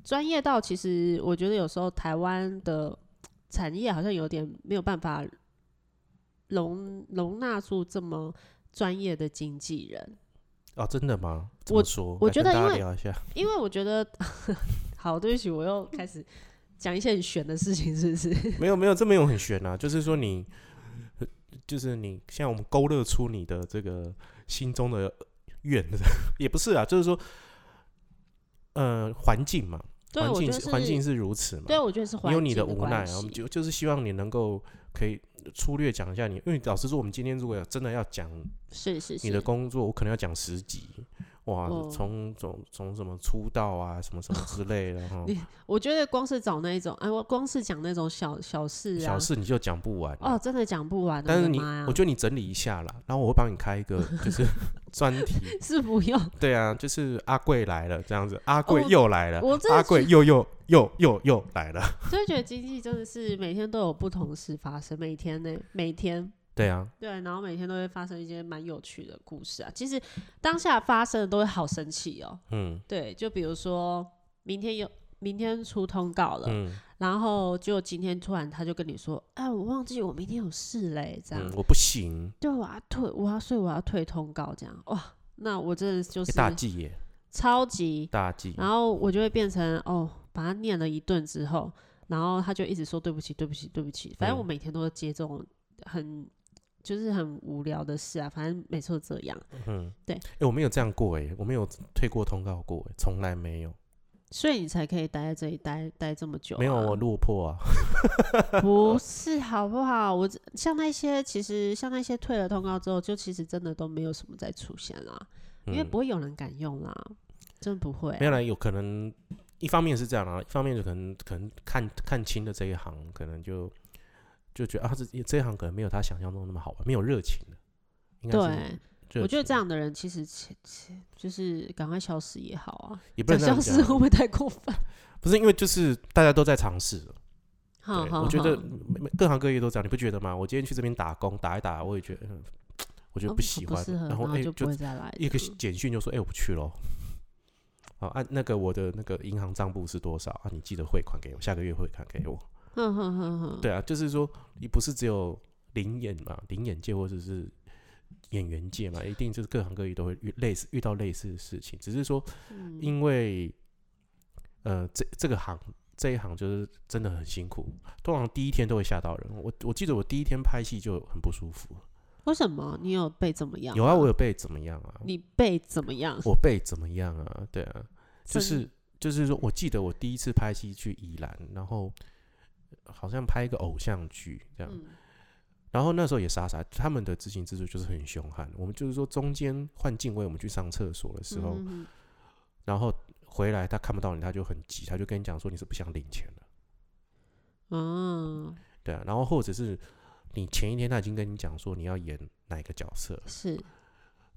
专业到其实，我觉得有时候台湾的产业好像有点没有办法容容纳住这么专业的经纪人，
哦，真的吗？怎
我
么说
我
来
觉
跟
得
大
因
家
为
聊一下，
因为我觉得， 好，对不起，我又开始讲一些很玄的事情，是不是？
没有没有，这没有很悬啊，就是说你，呃就是你，像我们勾勒出你的这个心中的愿， 也不是啊，就是说，呃，环境嘛，
对，
环
我觉
境
得
是
是，
环境是如此嘛，
对，我觉得是
你
环
有
境
你
的
无
关
奈啊，我们
系
就就是希望你能够可以粗略讲一下你，因为老实说，我们今天如果真的要讲
是是是，
你的工作，我可能要讲十集。哇
哦，，
从从从什么出道啊，什么什么之类的哈
我觉得光是找那一种，哎、我光是讲那种小小事啊，
小事你就讲不完啊
哦，真的讲不完啊、
但是
我的
你
妈呀，
我觉得你整理一下啦，然后我会帮你开一 个就是专题。
是不用，
对啊，就是阿贵来了这样子，阿贵
我
又来了，
哦我真的
阿贵又又又又又来 了。
就会觉得经济真的是每天都有不同事发生，每天呢，每天
对啊，
对，然后每天都会发生一些蛮有趣的故事啊。其实当下发生的都会好生气哦，
嗯
对，就比如说明天有。明天出通告了，
嗯
然后就今天突然他就跟你说：“哎，我忘记我明天有事嘞。”这样，
嗯，我不行，
对，我要退，我要所以我要退通告这样。哇，那我真的就
欸
是啊
大忌耶，
超级
大忌。
然后我就会变成哦，把他念了一顿之后，然后他就一直说对不起，对不起，对不起。反正我
嗯
每天都会接这种很就是很无聊的事啊，反正每次都这样。
嗯，
对
哎，我没有这样过哎，我没有退过通告过哎，从来没有，
所以你才可以待在这里待待这么久、
没有我，落魄啊。
不是好不好？我这像那些其实像那些退了通告之后，就其实真的都没有什么再出现啦，因为
嗯
不会有人敢用啦，真的不会啊、
没有啦，有可能一方面是这样啊，一方面就可能可能看看清了这一行，可能就就觉得啊，这这一行可能没有他想象中那么好玩，没有热情了。应该是
对，
热
我觉得
情
这样的人其实其其就是赶快消失也好啊，
也不
讲
能这
消
样
失
讲，
会不会太过分？
不是因为就是大家都在尝试了，
好
对
好
我觉
好
得每每各行各业都这样，你不觉得吗？我今天去这边打工打一打，我也觉得嗯我觉得
嗯
喜
不
欢
适，合，然
后
后
哎
就不
就
会再来
一
这
个
样
简讯就说哎我不去喽。好，按、那个我的那个银行账簿是多少啊？你记得汇款给我，下个月汇款给我。
哼哼哼哼，
对啊，就是说你不是只有灵眼嘛，灵眼界或者是演员界嘛，一定就是各行各业都会遇类似遇到类似的事情，只是说
嗯
因为、呃这这个行这一行就是真的很辛苦，通常第一天都会吓到人。我我记得我第一天拍戏就很不舒服，
为什么你有被怎么样？
有啊，我有被怎么样啊？
你被怎么样？
我被怎么样啊？对啊，就
真
是就是说，我记得我第一次拍戏去宜兰，然后好像拍一个偶像剧这
嗯
样，然后那时候也傻傻，他们的执行制度就是很凶悍。我们就是说中间换镜位，我们去上厕所的时候，
嗯哼
然后回来他看不到你，他就很急，他就跟你讲说你是不想领钱的，
嗯，
对啊，然后或者是你前一天他已经跟你讲说你要演哪一个角色，
是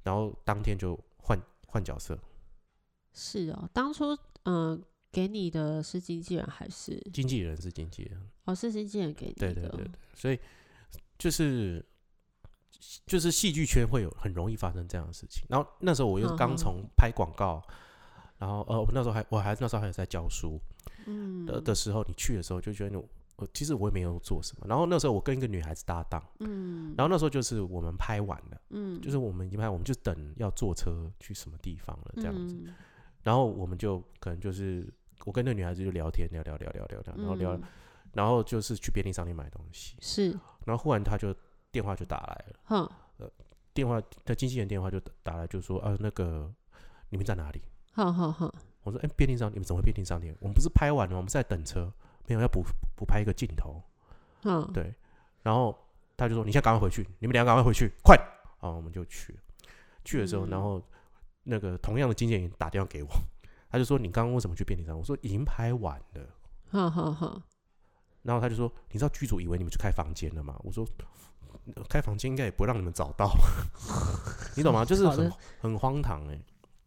然后当天就换换角色，
是哦，当初嗯、呃给你的是经纪人还是
经纪人是经纪人。
哦是经纪人给你的？
对对对对，所以就是就是戏剧圈会有很容易发生这样的事情。然后那时候我又是
嗯
刚
嗯
从拍广告，然后呃，我那时候还我还那时候还有在教书
嗯
的的时候，你去的时候就觉得我我其实我也没有做什么。然后那时候我跟一个女孩子搭档，
嗯
然后那时候就是我们拍完了，
嗯
就是我们已经拍，我们就等要坐车去什么地方了这样子。
嗯
然后我们就可能就是我跟那女孩子就聊天聊聊聊聊聊聊，然后聊，
嗯
然后就是去便利商店买东西。
是
然后忽然他就电话就打来了，
哼
电话他经纪人电话就打打来就说啊那个你们在哪里？
哼哼哼，
我说哎、便利商店你们怎么会便利商店？我们不是拍完了，我们是在等车，没有要补补拍一个镜头，
哼
对。然后他就说你先赶快回去，你们俩赶快回去，快！啊，我们就去了去的时候，
嗯
然后那个同样的经纪人打电话给我，他就说你刚刚为什么去便利商店？我说已经拍完了。
哼哼哼，
然后他就说：“你知道剧组以为你们去开房间了吗？”我说：“呃开房间应该也不会让你们找到， 你懂吗？就是
好
很
的
很荒唐哎、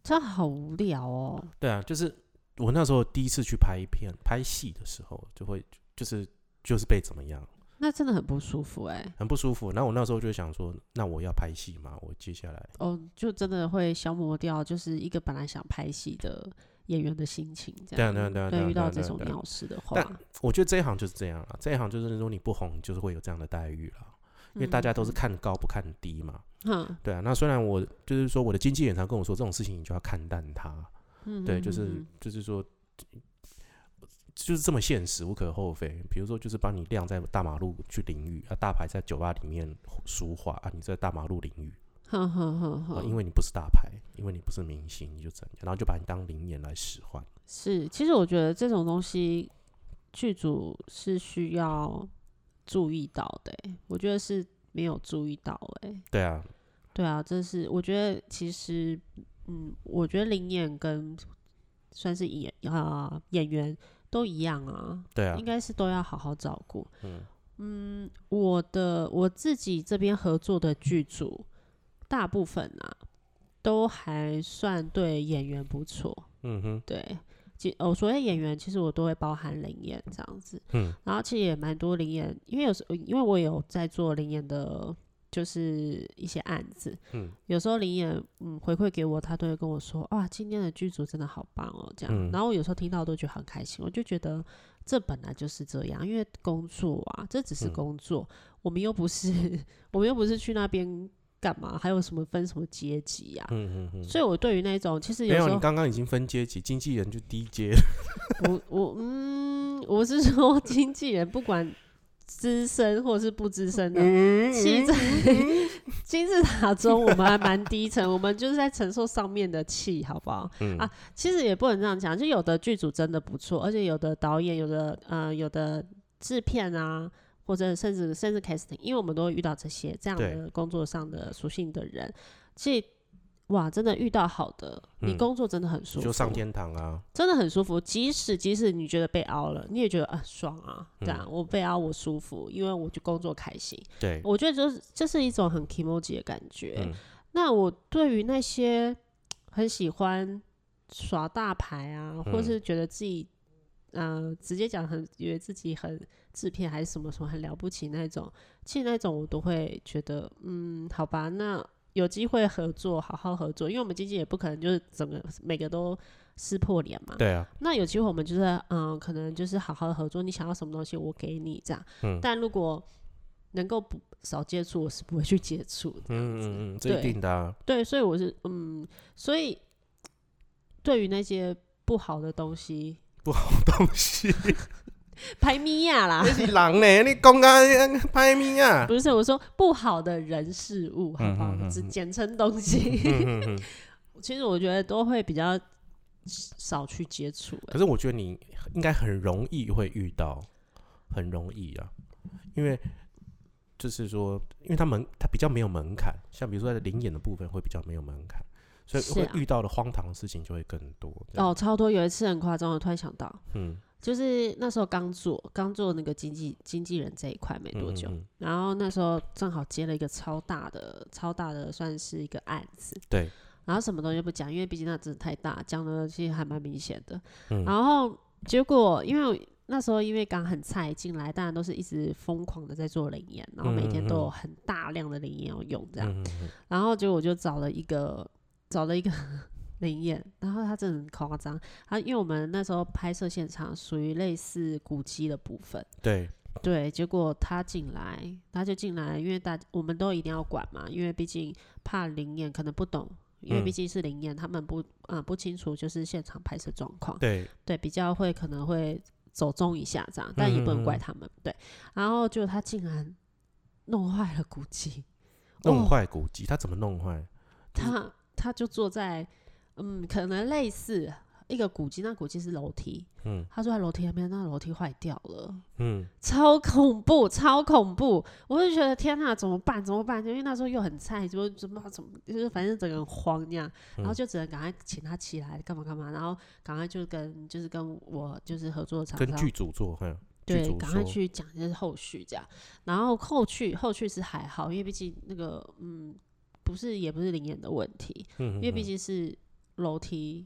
这样好无聊哦。
对啊，就是我那时候第一次去拍片、拍戏的时候，就会就是就是被怎么样，
那真的很不舒服哎、
很不舒服。然后我那时候就想说：那我要拍戏吗？我接下来
哦，就真的会消磨掉，就是一个本来想拍戏的演员的心情，这
对啊
样。
对啊对啊对啊
遇
对啊
到这
对啊
种
对啊
鸟事的话，
但我觉得这一行就是这样了，这一行就是说你不红，就是会有这样的待遇啦。因为大家都是看高不看低嘛，
嗯哼，
对啊。那虽然我就是说我的经纪人常跟我说这种事情，你就要看淡它，
嗯
对，
哼
就是
哼
就是说，就是这么现实，无可厚非。比如说，就是帮你晾在大马路去淋雨啊，大牌在酒吧里面书画啊，你在大马路淋雨
嗯哼哼哼
啊，
哼，
因为你不是大牌，因为你不是明星，你就怎样，然后就把你当灵眼来使唤。
是，其实我觉得这种东西，剧组是需要注意到的欸、我觉得是没有注意到哎、
对啊，
对啊，这是我觉得其实，嗯，我觉得灵演跟算是演啊、演员都一样啊，
对啊
应，该是都要好好照顾。嗯我的我自己这边合作的剧组，大部分啊都还算对演员不错，
嗯哼，
对。其哦，所谓演员，其实我都会包含灵演这样子，
嗯，
然后其实也蛮多灵演，因为有时呃因为我有在做灵演的，就是一些案子，
嗯，
有时候灵演嗯回馈给我，他都会跟我说，哇，今天的剧组真的好棒哦，这样，
嗯
然后我有时候听到都觉得很开心，我就觉得这本来就是这样，因为工作啊，这只是
嗯
工作，我们又不是我们又不是去那边干嘛，还有什么分什么阶级呀、
嗯嗯嗯。
所以我对于那种其实
没
有时
有，
候
你刚刚已经分阶级，经纪人就低阶。
我我嗯，我是说经纪人不管资深或是不资深的，
嗯
其实在 金字塔中我们还蛮低层，我们就是在承受上面的气，好不好？
嗯
啊其实也不能这样讲，就有的剧组真的不错，而且有的导演，有的呃，有的制片啊，或者甚至甚至 casting，因为我们都会遇到这些这样
对
的工作上的属性的人，所以哇，真的遇到好的，你
嗯
工作真的很舒服，
就上天堂啊！
真的很舒服。即使即使你觉得被凹了，你也觉得啊爽啊，
嗯
这样、我被凹我舒服，因为我就工作开心。
对，
我觉得就是这是一种很 emoji 的感觉。
嗯
那我对于那些很喜欢耍大牌啊，或
嗯
是觉得自己呃直接讲很觉得自己很制片还是什么什么很了不起那种，其实那种我都会觉得嗯好吧，那有机会合作好好合作，因为我们经纪也不可能就是整个每个都撕破脸嘛。
对啊，
那有机会我们就是呃嗯、可能就是好好的合作，你想要什么东西我给你这样。
嗯
但如果能够不少接触，我是不会去接触的。
嗯嗯嗯，这一
对
定的、啊。
对，所以我是嗯，所以对于那些不好的东西，
东西，
拍咪呀啦
你，是狼呢？你讲啊，拍咪啊？
不是我说不好的人事物，好不好？
嗯嗯嗯
只简称东西。
嗯嗯嗯。
其实我觉得都会比较少去接触、欸
可是我觉得你应该很容易会遇到，很容易啊，因为就是说，因为它门它比较没有门槛，像比如说在灵眼的部分会比较没有门槛，所以
是
会
啊
遇到的荒唐的事情就会更多。这样，
哦，超多！有一次很夸张，我突然想到，
嗯，
就是那时候刚做刚做那个经纪经纪人这一块没
嗯
多久，
嗯嗯
然后那时候正好接了一个超大的、超大的，算是一个案子。
对。
然后什么东西都不讲，因为毕竟那真的太大，讲的其实还蛮明显的。
嗯
然后结果因为我那时候因为刚很菜进来，大家都是一直疯狂的在做灵验，然后每天都
嗯嗯
有
嗯
很大量的灵验要用这样。
嗯嗯嗯
然后结果我就找了一个找了一个 灵验，然后他真的很夸张，他因为我们那时候拍摄现场属于类似古迹的部分，
对，
对，结果他进来，他就进来，因为大我们都一定要管嘛，因为毕竟怕灵验可能不懂。因为
嗯
毕竟是灵验，他们不啊、不清楚就是现场拍摄状况，
对，
对，比较会可能会走中一下这样，但也不能怪
嗯嗯嗯
他们。对，然后就他竟然弄坏了古迹，
弄
哦
坏古籍，他怎么弄坏？
他他就坐在，嗯，可能类似一个古迹，那古迹是楼梯，
嗯
他坐在楼梯那边，那楼梯坏掉了，
嗯，
超恐怖，超恐怖！我就觉得天哪，怎么办？怎么办？因为那时候又很菜，怎么怎么怎么，就是反正整个人慌那样，然
嗯
后就只能赶快请他起来干嘛干嘛，然后赶快就跟就是跟我就是合作的厂
跟
商
剧组做，嗯，剧
对
组，
赶快
说
去讲一些后续这样。然后后续后续是还好，因为毕竟那个嗯，不是也不是灵眼的问题，
嗯，
因为毕竟是楼梯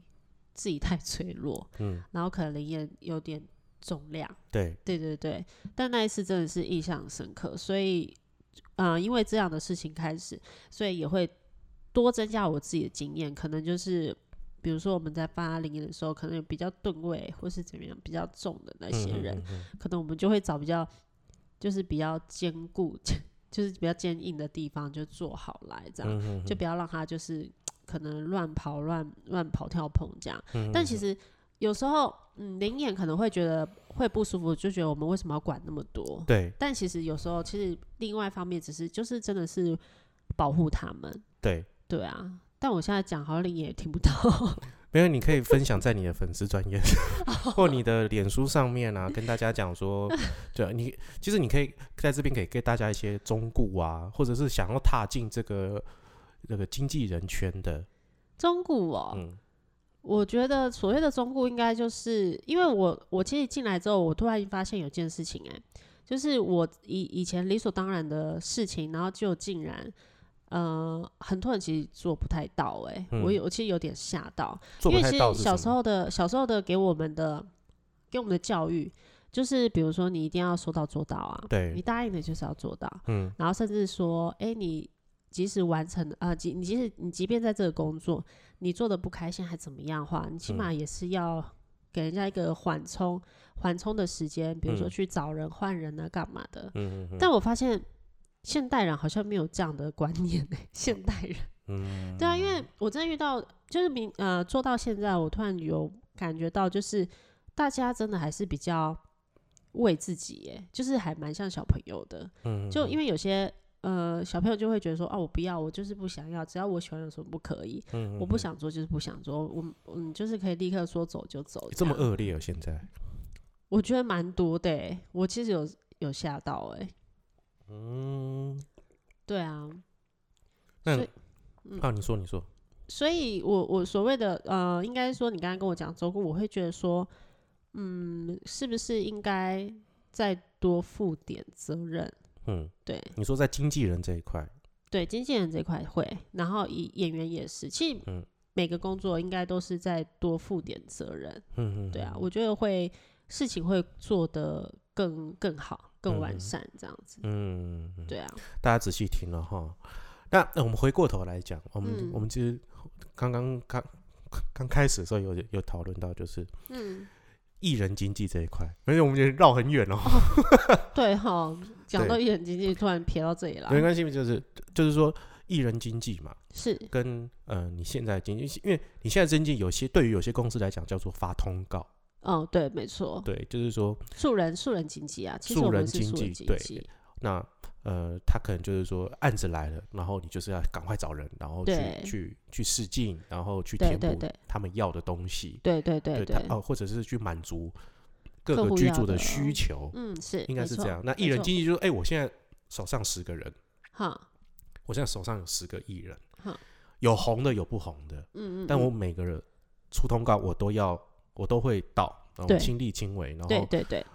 自己太脆弱，
嗯，嗯
然后可能灵眼有点重量，
嗯对，
对对对。但那一次真的是印象深刻，所以啊、呃因为这样的事情开始，所以也会多增加我自己的经验，可能就是。比如说我们在发灵眼的时候，可能有比较吨位或是怎么样比较重的那
嗯
些
嗯
人，
嗯嗯
可能我们就会找比较就是比较坚固， 就是比较坚硬的地方就做好来这样，
嗯嗯
就
嗯
不要让它就是可能乱跑乱乱跑跳碰这样。但其实有时候，嗯，灵眼可能会觉得会不舒服，就觉得我们为什么要管那么多？
对
但其实有时候，其实另外一方面只是就是真的是保护他们，
对，
对啊。但我现在讲好像灵眼也听不到，
没有，你可以分享在你的粉丝专业或你的脸书上面啊，跟大家讲说，对啊，你其实你可以在这边给给大家一些忠告啊，或者是想要踏进这个这个经纪人圈的，
中古哦、
嗯
我觉得所谓的中顾，应该就是因为我我其实进来之后，我突然发现有件事情、哎，就是我以以前理所当然的事情，然后就竟然，呃，很多人其实做不太到、哎、
嗯
我有我其实有点吓到，
做
因
不
为
太
其
到
实
是
小
什
时
么，
候的小时候的给我们的给我们的教育，就是比如说你一定要说到做到啊，你
对，
答应的就是要做到，
嗯
然后甚至说，哎、你即使完成啊，呃即你即使你即便在这个工作，你做的不开心还怎么样的话，
嗯
你起码也是要给人家一个缓冲缓冲的时间，比如说
嗯
去找人换人啊，干嘛的。
嗯嗯
但我发现现代人好像没有这样的观念、欸，现代人。
嗯，
对啊，因为我真的遇到，就是明呃做到现在，我突然有感觉到，就是大家真的还是比较为自己耶，就是还蛮像小朋友的。
嗯
就因
为
为有些呃小朋友就会觉得说，哦，我不要，我就是不想要，只要我喜欢有什么不可以，
嗯
我不想做就是不想做，我嗯就是可以立刻说走就走。
这么
样
恶劣哦，现在，
我觉得蛮多的耶，我其实有有吓到哎。
嗯，
对啊，
那
所以
啊，你说你说，
所以我我所谓的呃，应该说你刚刚跟我讲周顾，我会觉得说，嗯，是不是应该再多负点责任？
嗯，
对
你说在经纪人这一块，
对，经纪人这块会，然后以演员也是，其实
嗯
每个工作应该都是在多负点责任。
嗯嗯，
对啊，我觉得会事情会做得更更好、更
嗯
完
哼
善这样子。
嗯，嗯，
对啊，
大家仔细听了哈。那那我们回过头来讲，我们、
嗯
我们其实刚刚刚刚开始的时候有有讨论到，就是
嗯，
艺人经济这一块，而且我们也绕很远哦，
对哈，讲到艺人经济，突然撇到这里
没
来，
关系，就是就是说艺人经济嘛，
是
跟呃你现在的经济，因为你现在经济有些对于有些公司来讲叫做发通告，
嗯，对，没错，
对，就是说
素人素人经济啊，其实我们
素
是
人经
素
济
人
对
经济，
那呃，他可能就是说案子来了，然后你就是要赶快找人，然后去
对
去去试镜，然后去
对
填
对
补
对
他们要的东西，
对对对
他哦、或者是去满足各
客
个
户
剧
要
组的
的
需求，
嗯，是
应该
没
是
错
这样。那
没
艺人
错
经济就是，哎、我现在手上十个人，
哈，
我现在手上有十个艺人
好，
有红的有不红的，
嗯嗯，
但
嗯
我每个人出通告我都要，我都会到，然后
对
亲力亲为，然
对
后
对对，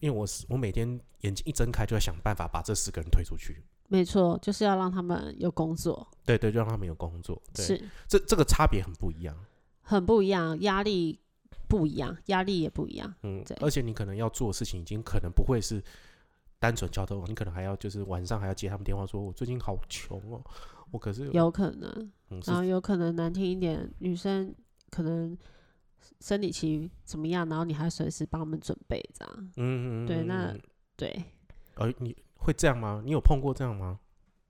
因为我是我每天眼睛一睁开就要想办法把这十个人推出去。
没错，就是要让他们有工作，
对对，就让他们有工作。对，
是
这这个差别很不一样。
很不一样，压力不一样，压力也不一样，
嗯
对，
而且你可能要做的事情，已经可能不会是单纯交通，你可能还要就是晚上还要接他们电话说，我最近好穷哦，我可是
有啊可能，
嗯是
然后有可能难听一点，女生可能生理期怎么样，然后你还随时帮他们准备这样，
嗯嗯
对
嗯
那
嗯
对，
呃你会这样吗？你有碰过这样吗？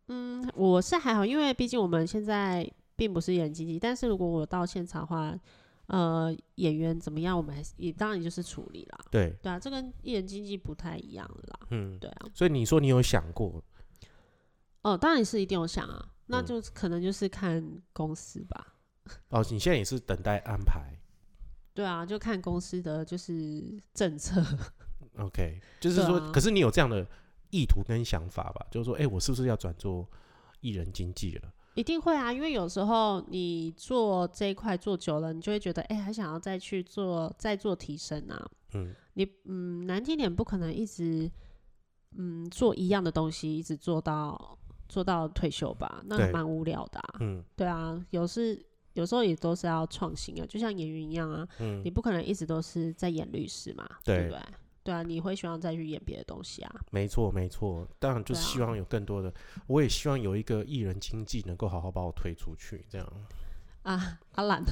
嗯，我是还好，因为毕竟我们现在并不是演经济，但是如果我到现场的话，呃，演员怎么样，我们还是也当然就是处理啦。
对，
对啊，这跟艺人经济不太一样啦。
嗯，
对啊，
所以你说你有想过，
哦，当然是一定有想啊，那
嗯
就可能就是看公司吧。
哦，你现在也是等待安排
对啊，就看公司的就是政策。
，OK，就是
对
说，
啊
可是你有这样的意图跟想法吧？就是说，哎、我是不是要转做艺人经济了？
一定会啊，因为有时候你做这一块做久了，你就会觉得，哎、还想要再去做，再做提升啊。
嗯，
你嗯，难听点，不可能一直嗯做一样的东西，一直做到做到退休吧，那
对
蛮无聊的、啊。
嗯
对啊，有时有时候也都是要创新啊，就像演员一样啊，
嗯
你，不可能一直都是在演律师嘛，对
对
不对？对啊，你会希望再去演别的东西啊。
没错，没错，当然就是
对啊
希望有更多的，我也希望有一个艺人经纪能够好好把我推出去，这样。
啊，阿兰，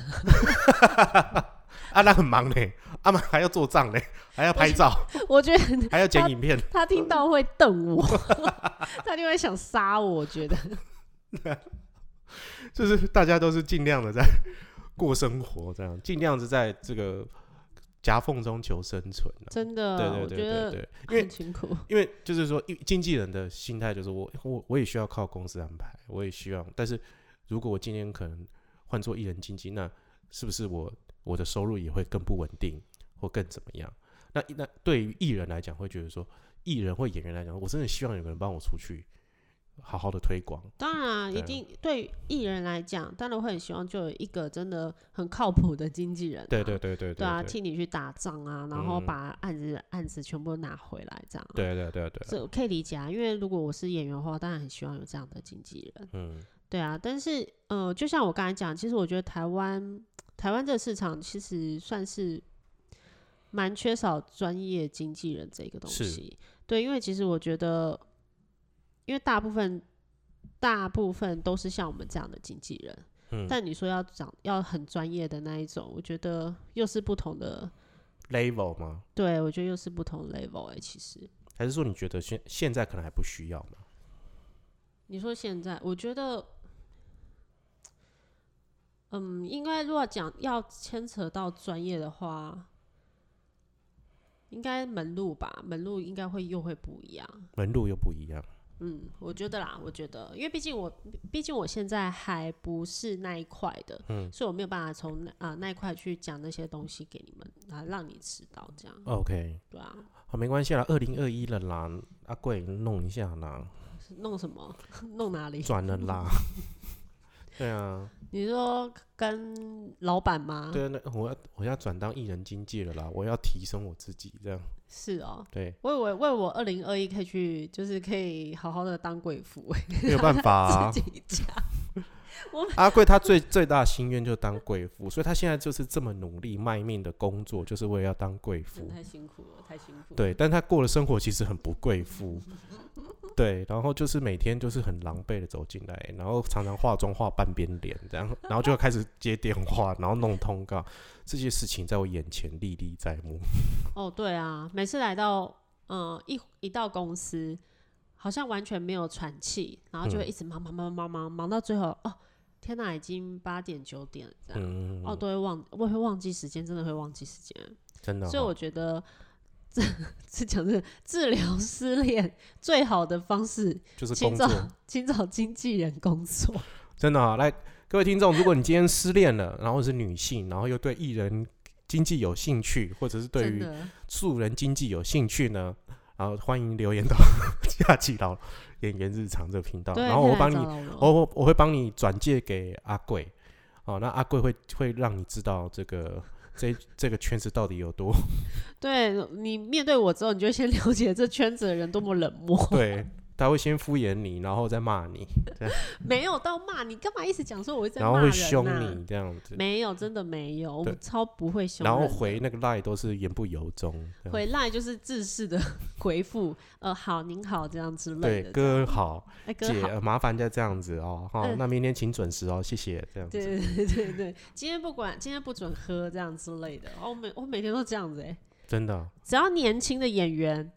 阿啊兰很忙呢，阿兰还要做账呢，还要拍 照，
我觉得
还要
啊
剪影片，
他听到会瞪我， 他就会想杀我。我觉得，
就是大家都是尽量的在 过生活，这样尽量的在这个夹缝中求生存、啊。
真的，
对对
嗯我觉
对对
得
对，啊因为
很辛苦。
因为就是说，因经纪人的心态就是我我我也需要靠公司安排，我也希望，但是如果我今天可能换做艺人经纪，那是不是我我的收入也会更不稳定，或更怎么样？那那对于艺人来讲，会觉得说，艺人或演员来讲，我真的希望有个人帮我出去，好好的推广。
当然啊，
对
一
啊
定对于艺人来讲，当然会很希望就有一个真的很靠谱的经纪人、啊，
对对对对
对啊，
对
替你去打仗啊，然后
嗯
把案子、案子全部拿回来这样、啊。
对对对对，
这我可以理解啊，因为如果我是演员的话，当然很希望有这样的经纪人。
嗯
对啊，但是呃，就像我刚才讲，其实我觉得台湾台湾这个市场其实算是蛮缺少专业经纪人这个东
是
西。对，因为其实我觉得，因为大部分大部分都是像我们这样的经纪人，
嗯，
但你说要讲要很专业的那一种，我觉得又是不同的。
level 吗？
对，我觉得又是不同 level 哎、其实
还是说你觉得现现在可能还不需要嘛？
你说现在，我觉得，嗯，应该如果讲要牵扯到专业的话，应该门路吧，门路应该会又会不一样。
门路又不一样，
嗯，我觉得啦，我觉得，因为毕竟我，毕竟我现在还不是那一块的，
嗯
所以我没有办法从那啊、那一块去讲那些东西给你们啊，让你知道这样，
，OK，
对啊，
好，没关系啦，二零二一了啦，阿贵弄一下啦，
弄什么， 弄哪里？
转了啦。对啊，
你说跟老板吗？
对啊，那我要我要转当艺人经纪了啦，我要提升我自己，这样
是哦，
对，
为我为我二零二一可以去，就是可以好好的当贵妇，。
没有办法、啊
自己家。
阿贵他最最大心愿就是当贵妇，所以他现在就是这么努力卖命的工作，就是为了要当贵
真
妇
的。太辛苦了，太辛苦了。
对，但他过的生活其实很不贵妇，对，然后就是每天就是很狼狈的走进来，然后常常化妆化半边脸这样，然后就开始接电话，然后弄通告，这些事情在我眼前历历在目。
哦，对啊，每次来到嗯、呃一一到公司，好像完全没有喘气，然后就会一直忙忙忙忙忙忙到最后，哦，天哪，已经八点九点了这样，
嗯，
哦，都会忘，我会忘记时间，真的会忘记时间，
真的、哦。
所以我觉得。这这讲是治疗失恋最好的方式，
就是
请
工
找
作，
请找经纪人工作。
真的、啊。来，各位听众，如果你今天失恋了，然后是女性，然后又对艺人经济有兴趣，或者是 对啊
真
于
的，
素人经济有兴趣呢，然后欢迎留言到 下期老演员日常这个频道，
对，
然后我
可
会
以来
帮
找
你，哦
老罗
我我我会帮你转借给阿贵，哦，那阿贵会会让你知道这个这这个圈子到底有 多
对你面对我之后，你就先了解这圈子的人多么冷漠，
对，他会先敷衍你，然后再骂你，
没有到骂你，干嘛一直讲说我一直在
然后
骂
会
人、啊、
凶你这样子，
没有，真的没有，我
对
们超不会凶人
然
的。
后回那个赖都是言不由衷，这样
回来就是自式的 回复，呃，好，您好，这样之类
对
的。
哥好
哎，哥
姐
好，
呃麻烦就这样子哦，哈、
嗯
那明天请准时哦，谢谢这样子。
对对对对，今天不管，今天不准喝这样之类的。哦，我每我每天都这样子哎、
真的，哦
只要年轻的演员，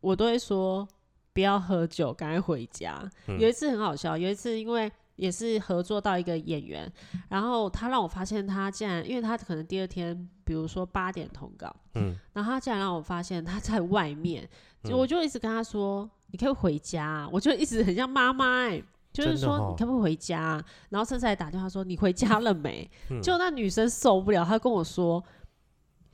我都会说不要喝酒，赶快回家。
嗯
有一次很好笑，有一次因为也是合作到一个演员，然后他让我发现他竟然，因为他可能第二天，比如说八点通告，
嗯，
然后他竟然让我发现他在外面，就我就一直跟他说：“你可以回家啊、我就一直很像妈妈哎、就是
真的
说
哦
你可不可以回家啊、然后甚至还打电话说：“你回家了没？”
嗯
就那女生受不了，她跟我说：“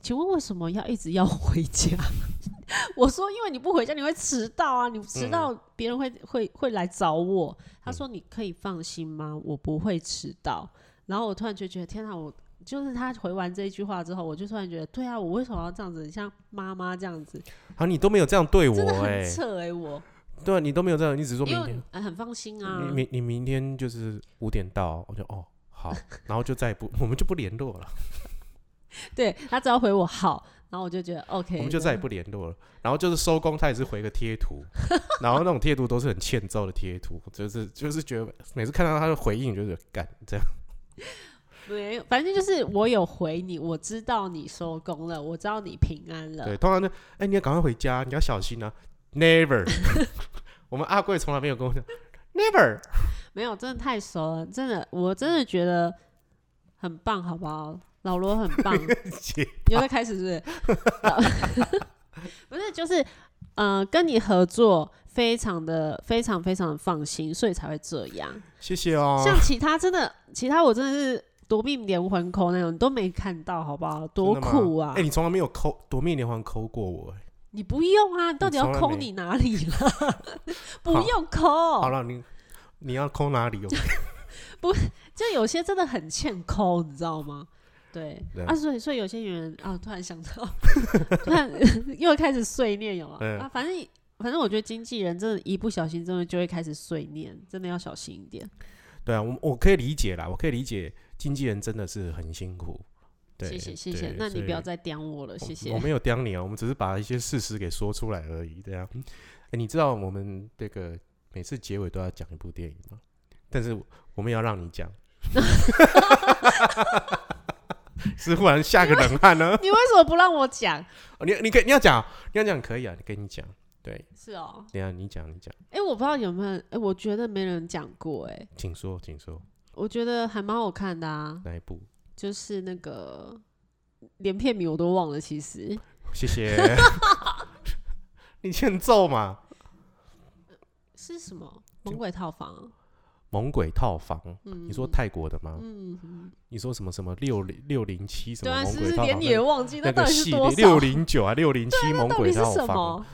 请问为什么要一直要我回家？” 我说：“因为你不回家你会迟到啊，你
嗯
迟到别人会会会来找我。”她说：“你可以放心吗？我不会迟到。”然后我突然就觉得，天哪！我就是他回完这一句话之后，我就突然觉得，对啊，我为什么要这样子？很像妈妈这样子，
好，你都没有这样对我
真的
哎、
很扯哎、我
对啊，你都没有这样，你只说明
因为
天，
呃很放心啊
你。明你明天就是五点到，我就哦 好，然后就再也不，我们就不联络了，
对他只要回我好，然后我就觉得 OK，
我们就再也不联络了。然后就是收工，他也是回个贴图，然后那种贴图都是很欠揍的贴图，就是就是觉得每次看到他的回应，就是干这样。
没有，反正就是我有回你，我知道你收工了，我知道你平安了。
对，通常就哎、你要赶快回家，你要小心啊，never。我们阿贵从来没有跟我讲 never，
没有，真的太熟了，真的，我真的觉得很棒，好不好？老罗 很棒，又在开始是不是？老不是，就是呃，跟你合作非常的、非常、非常的放心，所以才会这样。
谢谢哦。
像其他真的，其他我真的是夺命连环扣那种，你都没看到，好不好？多
真的吗
酷啊！
哎、你从来没有抠夺命连环抠过我、哎
你不用啊，你到底要
从来
抠
没
你哪里了？ 不用抠
好，了，你你要抠哪里哦？
就有些真的很欠抠，你知道吗？对
对啊
啊，所以所以有些人啊，突然想到， 突然又开始碎念有啊
嗯
啊，反正反正我觉得经纪人真的，一不小心真的就会开始碎念，真的要小心一点。
对啊，我我可以理解啦，我可以理解经纪人真的是很辛苦。对，
谢谢谢
对
谢，那你不要
所
再刁我了，
以
谢
我。我
谢。
没有刁你啊，我们只是把一些事实给说出来而已。这样、哎你知道我们这个每次结尾都要讲一部电影吗？但是我们也要让你讲， 是忽然吓个冷汗呢。
你为什么不让我讲？
哦你你可以你要讲，你要讲可以啊，你跟你讲，对，
是哦，
等一下你讲你讲，
哎、我不知道有没有，哎、我觉得没人讲过、哎，
请说请说
我觉得还蛮好看的啊，
哪一部？
就是那个连片名我都忘了，其实
谢谢。 你欠揍嘛？
是什么《猛鬼套房》啊。
猛鬼套房，
嗯
你说泰国的吗？
嗯，嗯
你说什么什么六零六零七什
对
么
啊，
猛
是不
鬼
是
套
连
房
你也忘记？
那
那
个
到底
系
是
列
多
六
少？
零九啊六零七猛
到
鬼
底是
套
什
房，
么？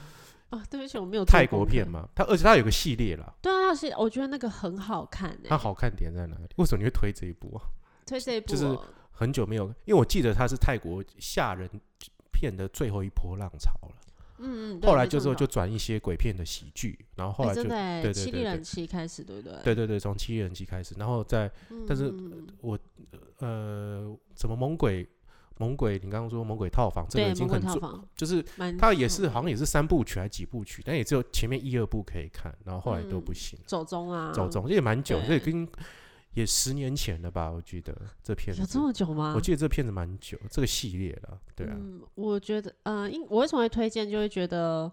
啊，对不起，我没有做
泰
功
国
课
片。嘛，它而且它有个系列啦，
对啊，那是我觉得那个很好看
它
诶，
好看点在哪里？为什么你会推这一部啊？
推这一部
就是
哦
很久没有，因为我记得它是泰国吓人片的最后一波浪潮了，
嗯嗯，对
后来
没
就
错
之后
没
就
错
转一些鬼片的喜剧，然后后
哎
来就
真的
对对
诶，
对
七
对
力人七开始，对不对？
对对对，从七人机开始，然后在
嗯，
但是
嗯嗯
我呃，怎么猛鬼猛鬼，你刚刚说猛鬼套房，这个
对
已
魔
经
鬼
很
套
做，
房嗯
就是
蛮，
它也是好像也是三部曲还几部曲，但也只有前面一二部可以看，然后后来都不行，
走中啊，
走中这也蛮久，
嗯对
这也跟也十年前了吧，我记得这片
有
子
这，么久吗？
我记得这片子蛮久，这个系列了，对啊，
嗯，我觉得，呃，因我为什么会推荐，就会觉得，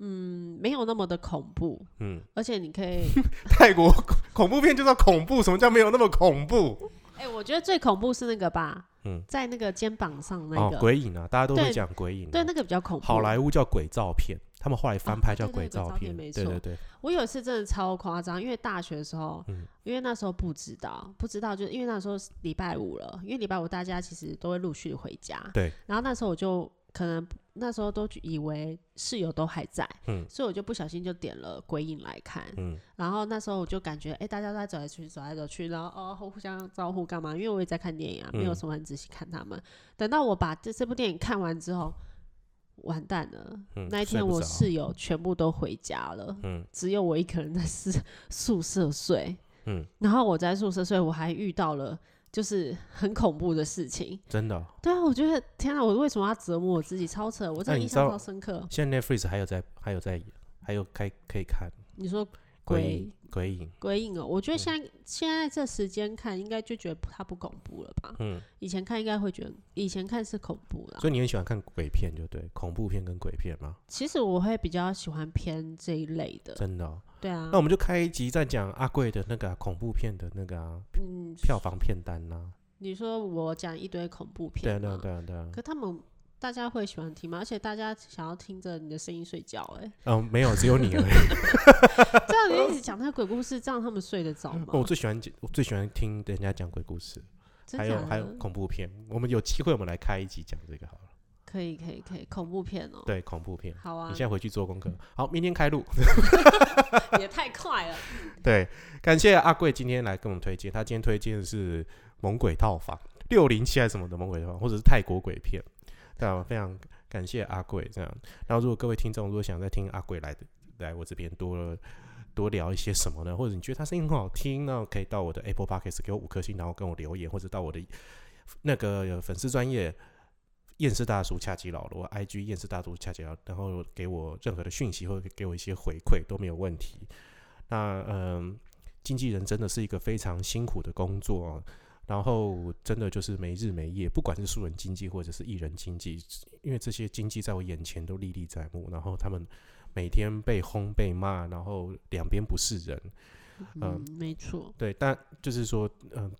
嗯，没有那么的恐怖，
嗯，
而且你可以，
泰国恐恐怖片就叫恐怖，什么叫没有那么恐怖？
哎、我觉得最恐怖是那个吧，
嗯
在那个肩膀上那
哦
个，，
鬼影啊，大家都会
对
讲鬼影啊，
对，那个比较恐怖。
好莱坞叫鬼照片，他们后来翻
啊
拍
对
叫
对对
鬼
鬼照
照
片
片，
没
对
错
对对，
我有一次真的超夸张，因为大学的时候，
嗯
因为那时候不知道，不知道就因为那时候是礼拜五了，因为礼拜五大家其实都会陆续回家，
对。
然后那时候我就可能那时候都以为室友都还在，
嗯
所以我就不小心就点了《鬼影》来看，
嗯，
然后那时候我就感觉，哎、大家都在走来走去，走来走去，然后哦互相招呼干嘛？因为我也在看电影啊，没有
嗯
什么很仔细看他们。等到我把这这部电影看完之后，完蛋了，
嗯
那一
睡
天
不
我
着
室友全部都回家了，
嗯
只有我一个人在宿宿舍睡。
嗯，
然后我在宿舍睡，我还遇到了就是很恐怖的事情。
真的哦。
对啊，我觉得天啊，我为什么要折磨我自己？超扯，我真
那
的
哎你
印
知
象
道
超深刻。
现在 Netflix 还有在，还有在，还有开可以看
你说
鬼
鬼
影鬼影，
鬼影哦，我
嗯
觉得现在、现在这时间看，应该就觉得它不恐怖了吧？
嗯，
以前看应该会觉得，以前看是恐怖啦。
所以你很喜欢看鬼片，就对，恐怖片跟鬼片吗？
其实我会比较喜欢偏这一类的，
真的哦。
对啊
那，我们就开一集再讲阿贵的那个啊恐怖片的那个啊
嗯，
票房片单呐。
你说我讲一堆恐怖
对啊
片
对啊
嘛，
对啊对啊。
可他们大家会喜欢听吗？而且大家想要听着你的声音睡觉、 欸，
嗯，没有，只有你而已。
哎，这样你一直讲那个鬼故事，这样他们睡得着
我
吗？
最喜欢我最喜欢听人家讲鬼故事，
哦真
哦还
假
有还有
的
恐怖片。我们有机会我们来开一集讲这个好了。
可以可以可以，恐怖片哦、
对，恐怖片。
好啊
你现，在回去做功课。好，明天开录。
也太快了，
对，感谢阿贵今天来跟我们推荐，他今天推荐的是《猛鬼套房》六零七还是什么的《猛鬼套房》，或者是泰国鬼片。对啊，非常感谢阿贵这样。然后，如果各位听众如果想再听阿贵来的来我这边多多聊一些什么呢？或者你觉得他声音很好听，那可以到我的 Apple Podcast 给我五颗星，然后跟我留言，或者到我的那个粉丝专业。厌世大叔恰吉老罗，IG 厌世大叔恰吉老，然后给我任何的讯息或者给我一些回馈都没有问题。那嗯，经纪人真的是一个非常辛苦的工作、哦，然后真的就是没日没夜，不管是素人经济或者是艺人经济，因为这些经济在我眼前都历历在目，然后他们每天被轰被骂，然后两边不是人，
嗯，没错，
对，但就是说，嗯、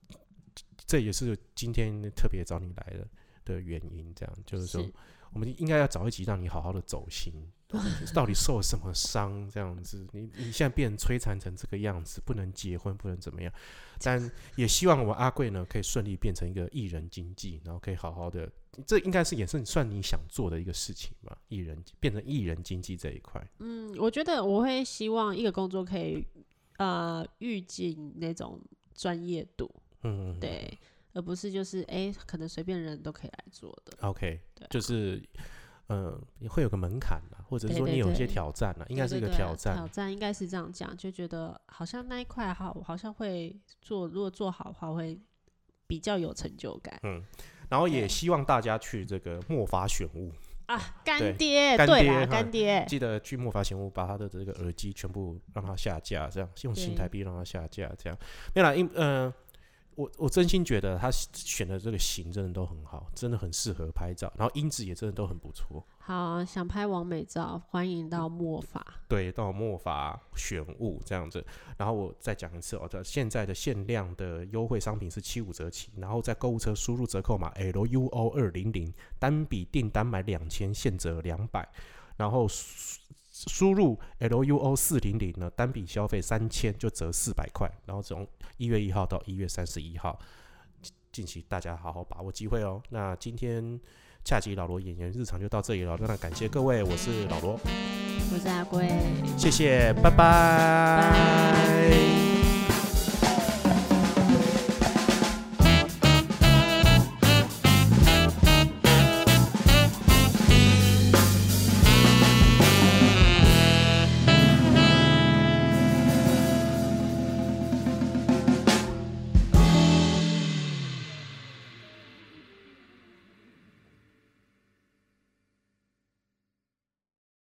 这也是今天特别找你来的的原因，这样就是说，
是
我们应该要找一集让你好好的走心，到底到底受了什么伤？这样子，你你现在变摧残成这个样子，不能结婚，不能怎么样。但也希望我们阿贵呢，可以顺利变成一个艺人经纪，然后可以好好的，这应该是也是算你想做的一个事情吧。艺人变成艺人经纪这一块，
嗯，我觉得我会希望一个工作可以呃预警那种专业度，
嗯，。
对，而不是就是哎、诶可能随便人都可以来做的。
OK，
对啊
就是呃，会有个门槛啦，或者是
对
说
对
你有一些
对
挑战啦，应该
对
是一
对
个
对
挑
挑
战。
战应该是这样讲，就觉得好像那一块好，好像会做，如果做好的话会比较有成就感
然后也
对
希望大家去这个末法选物，
啊。干
对
爹，
干
对
爹
啦，
哈
干爹，
记得去末法选物把他的这个耳机全部让它下架，这样用新
对
台币让它下架，这样没有啦，因呃。我我真心觉得他选的这个型真的都很好，真的很适合拍照，然后音质也真的都很不错。
好，想拍完美照，欢迎到墨法。
对，到末法选物这样子。然后我再讲一次哦，这现在的限量的优惠商品是七五折起，然后在购物车输入折扣码 LUO 二零零，单笔订单买两千现折两百，然后输输入 LUO 四零零呢，单笔消费三千就折四百块，然后从一月一号到一月三十一号。近期大家好好把握机会哦。那今天恰吉老罗演员日常就到这里了，那感谢各位，我是老罗。
我是阿贵。
谢谢，拜拜。
拜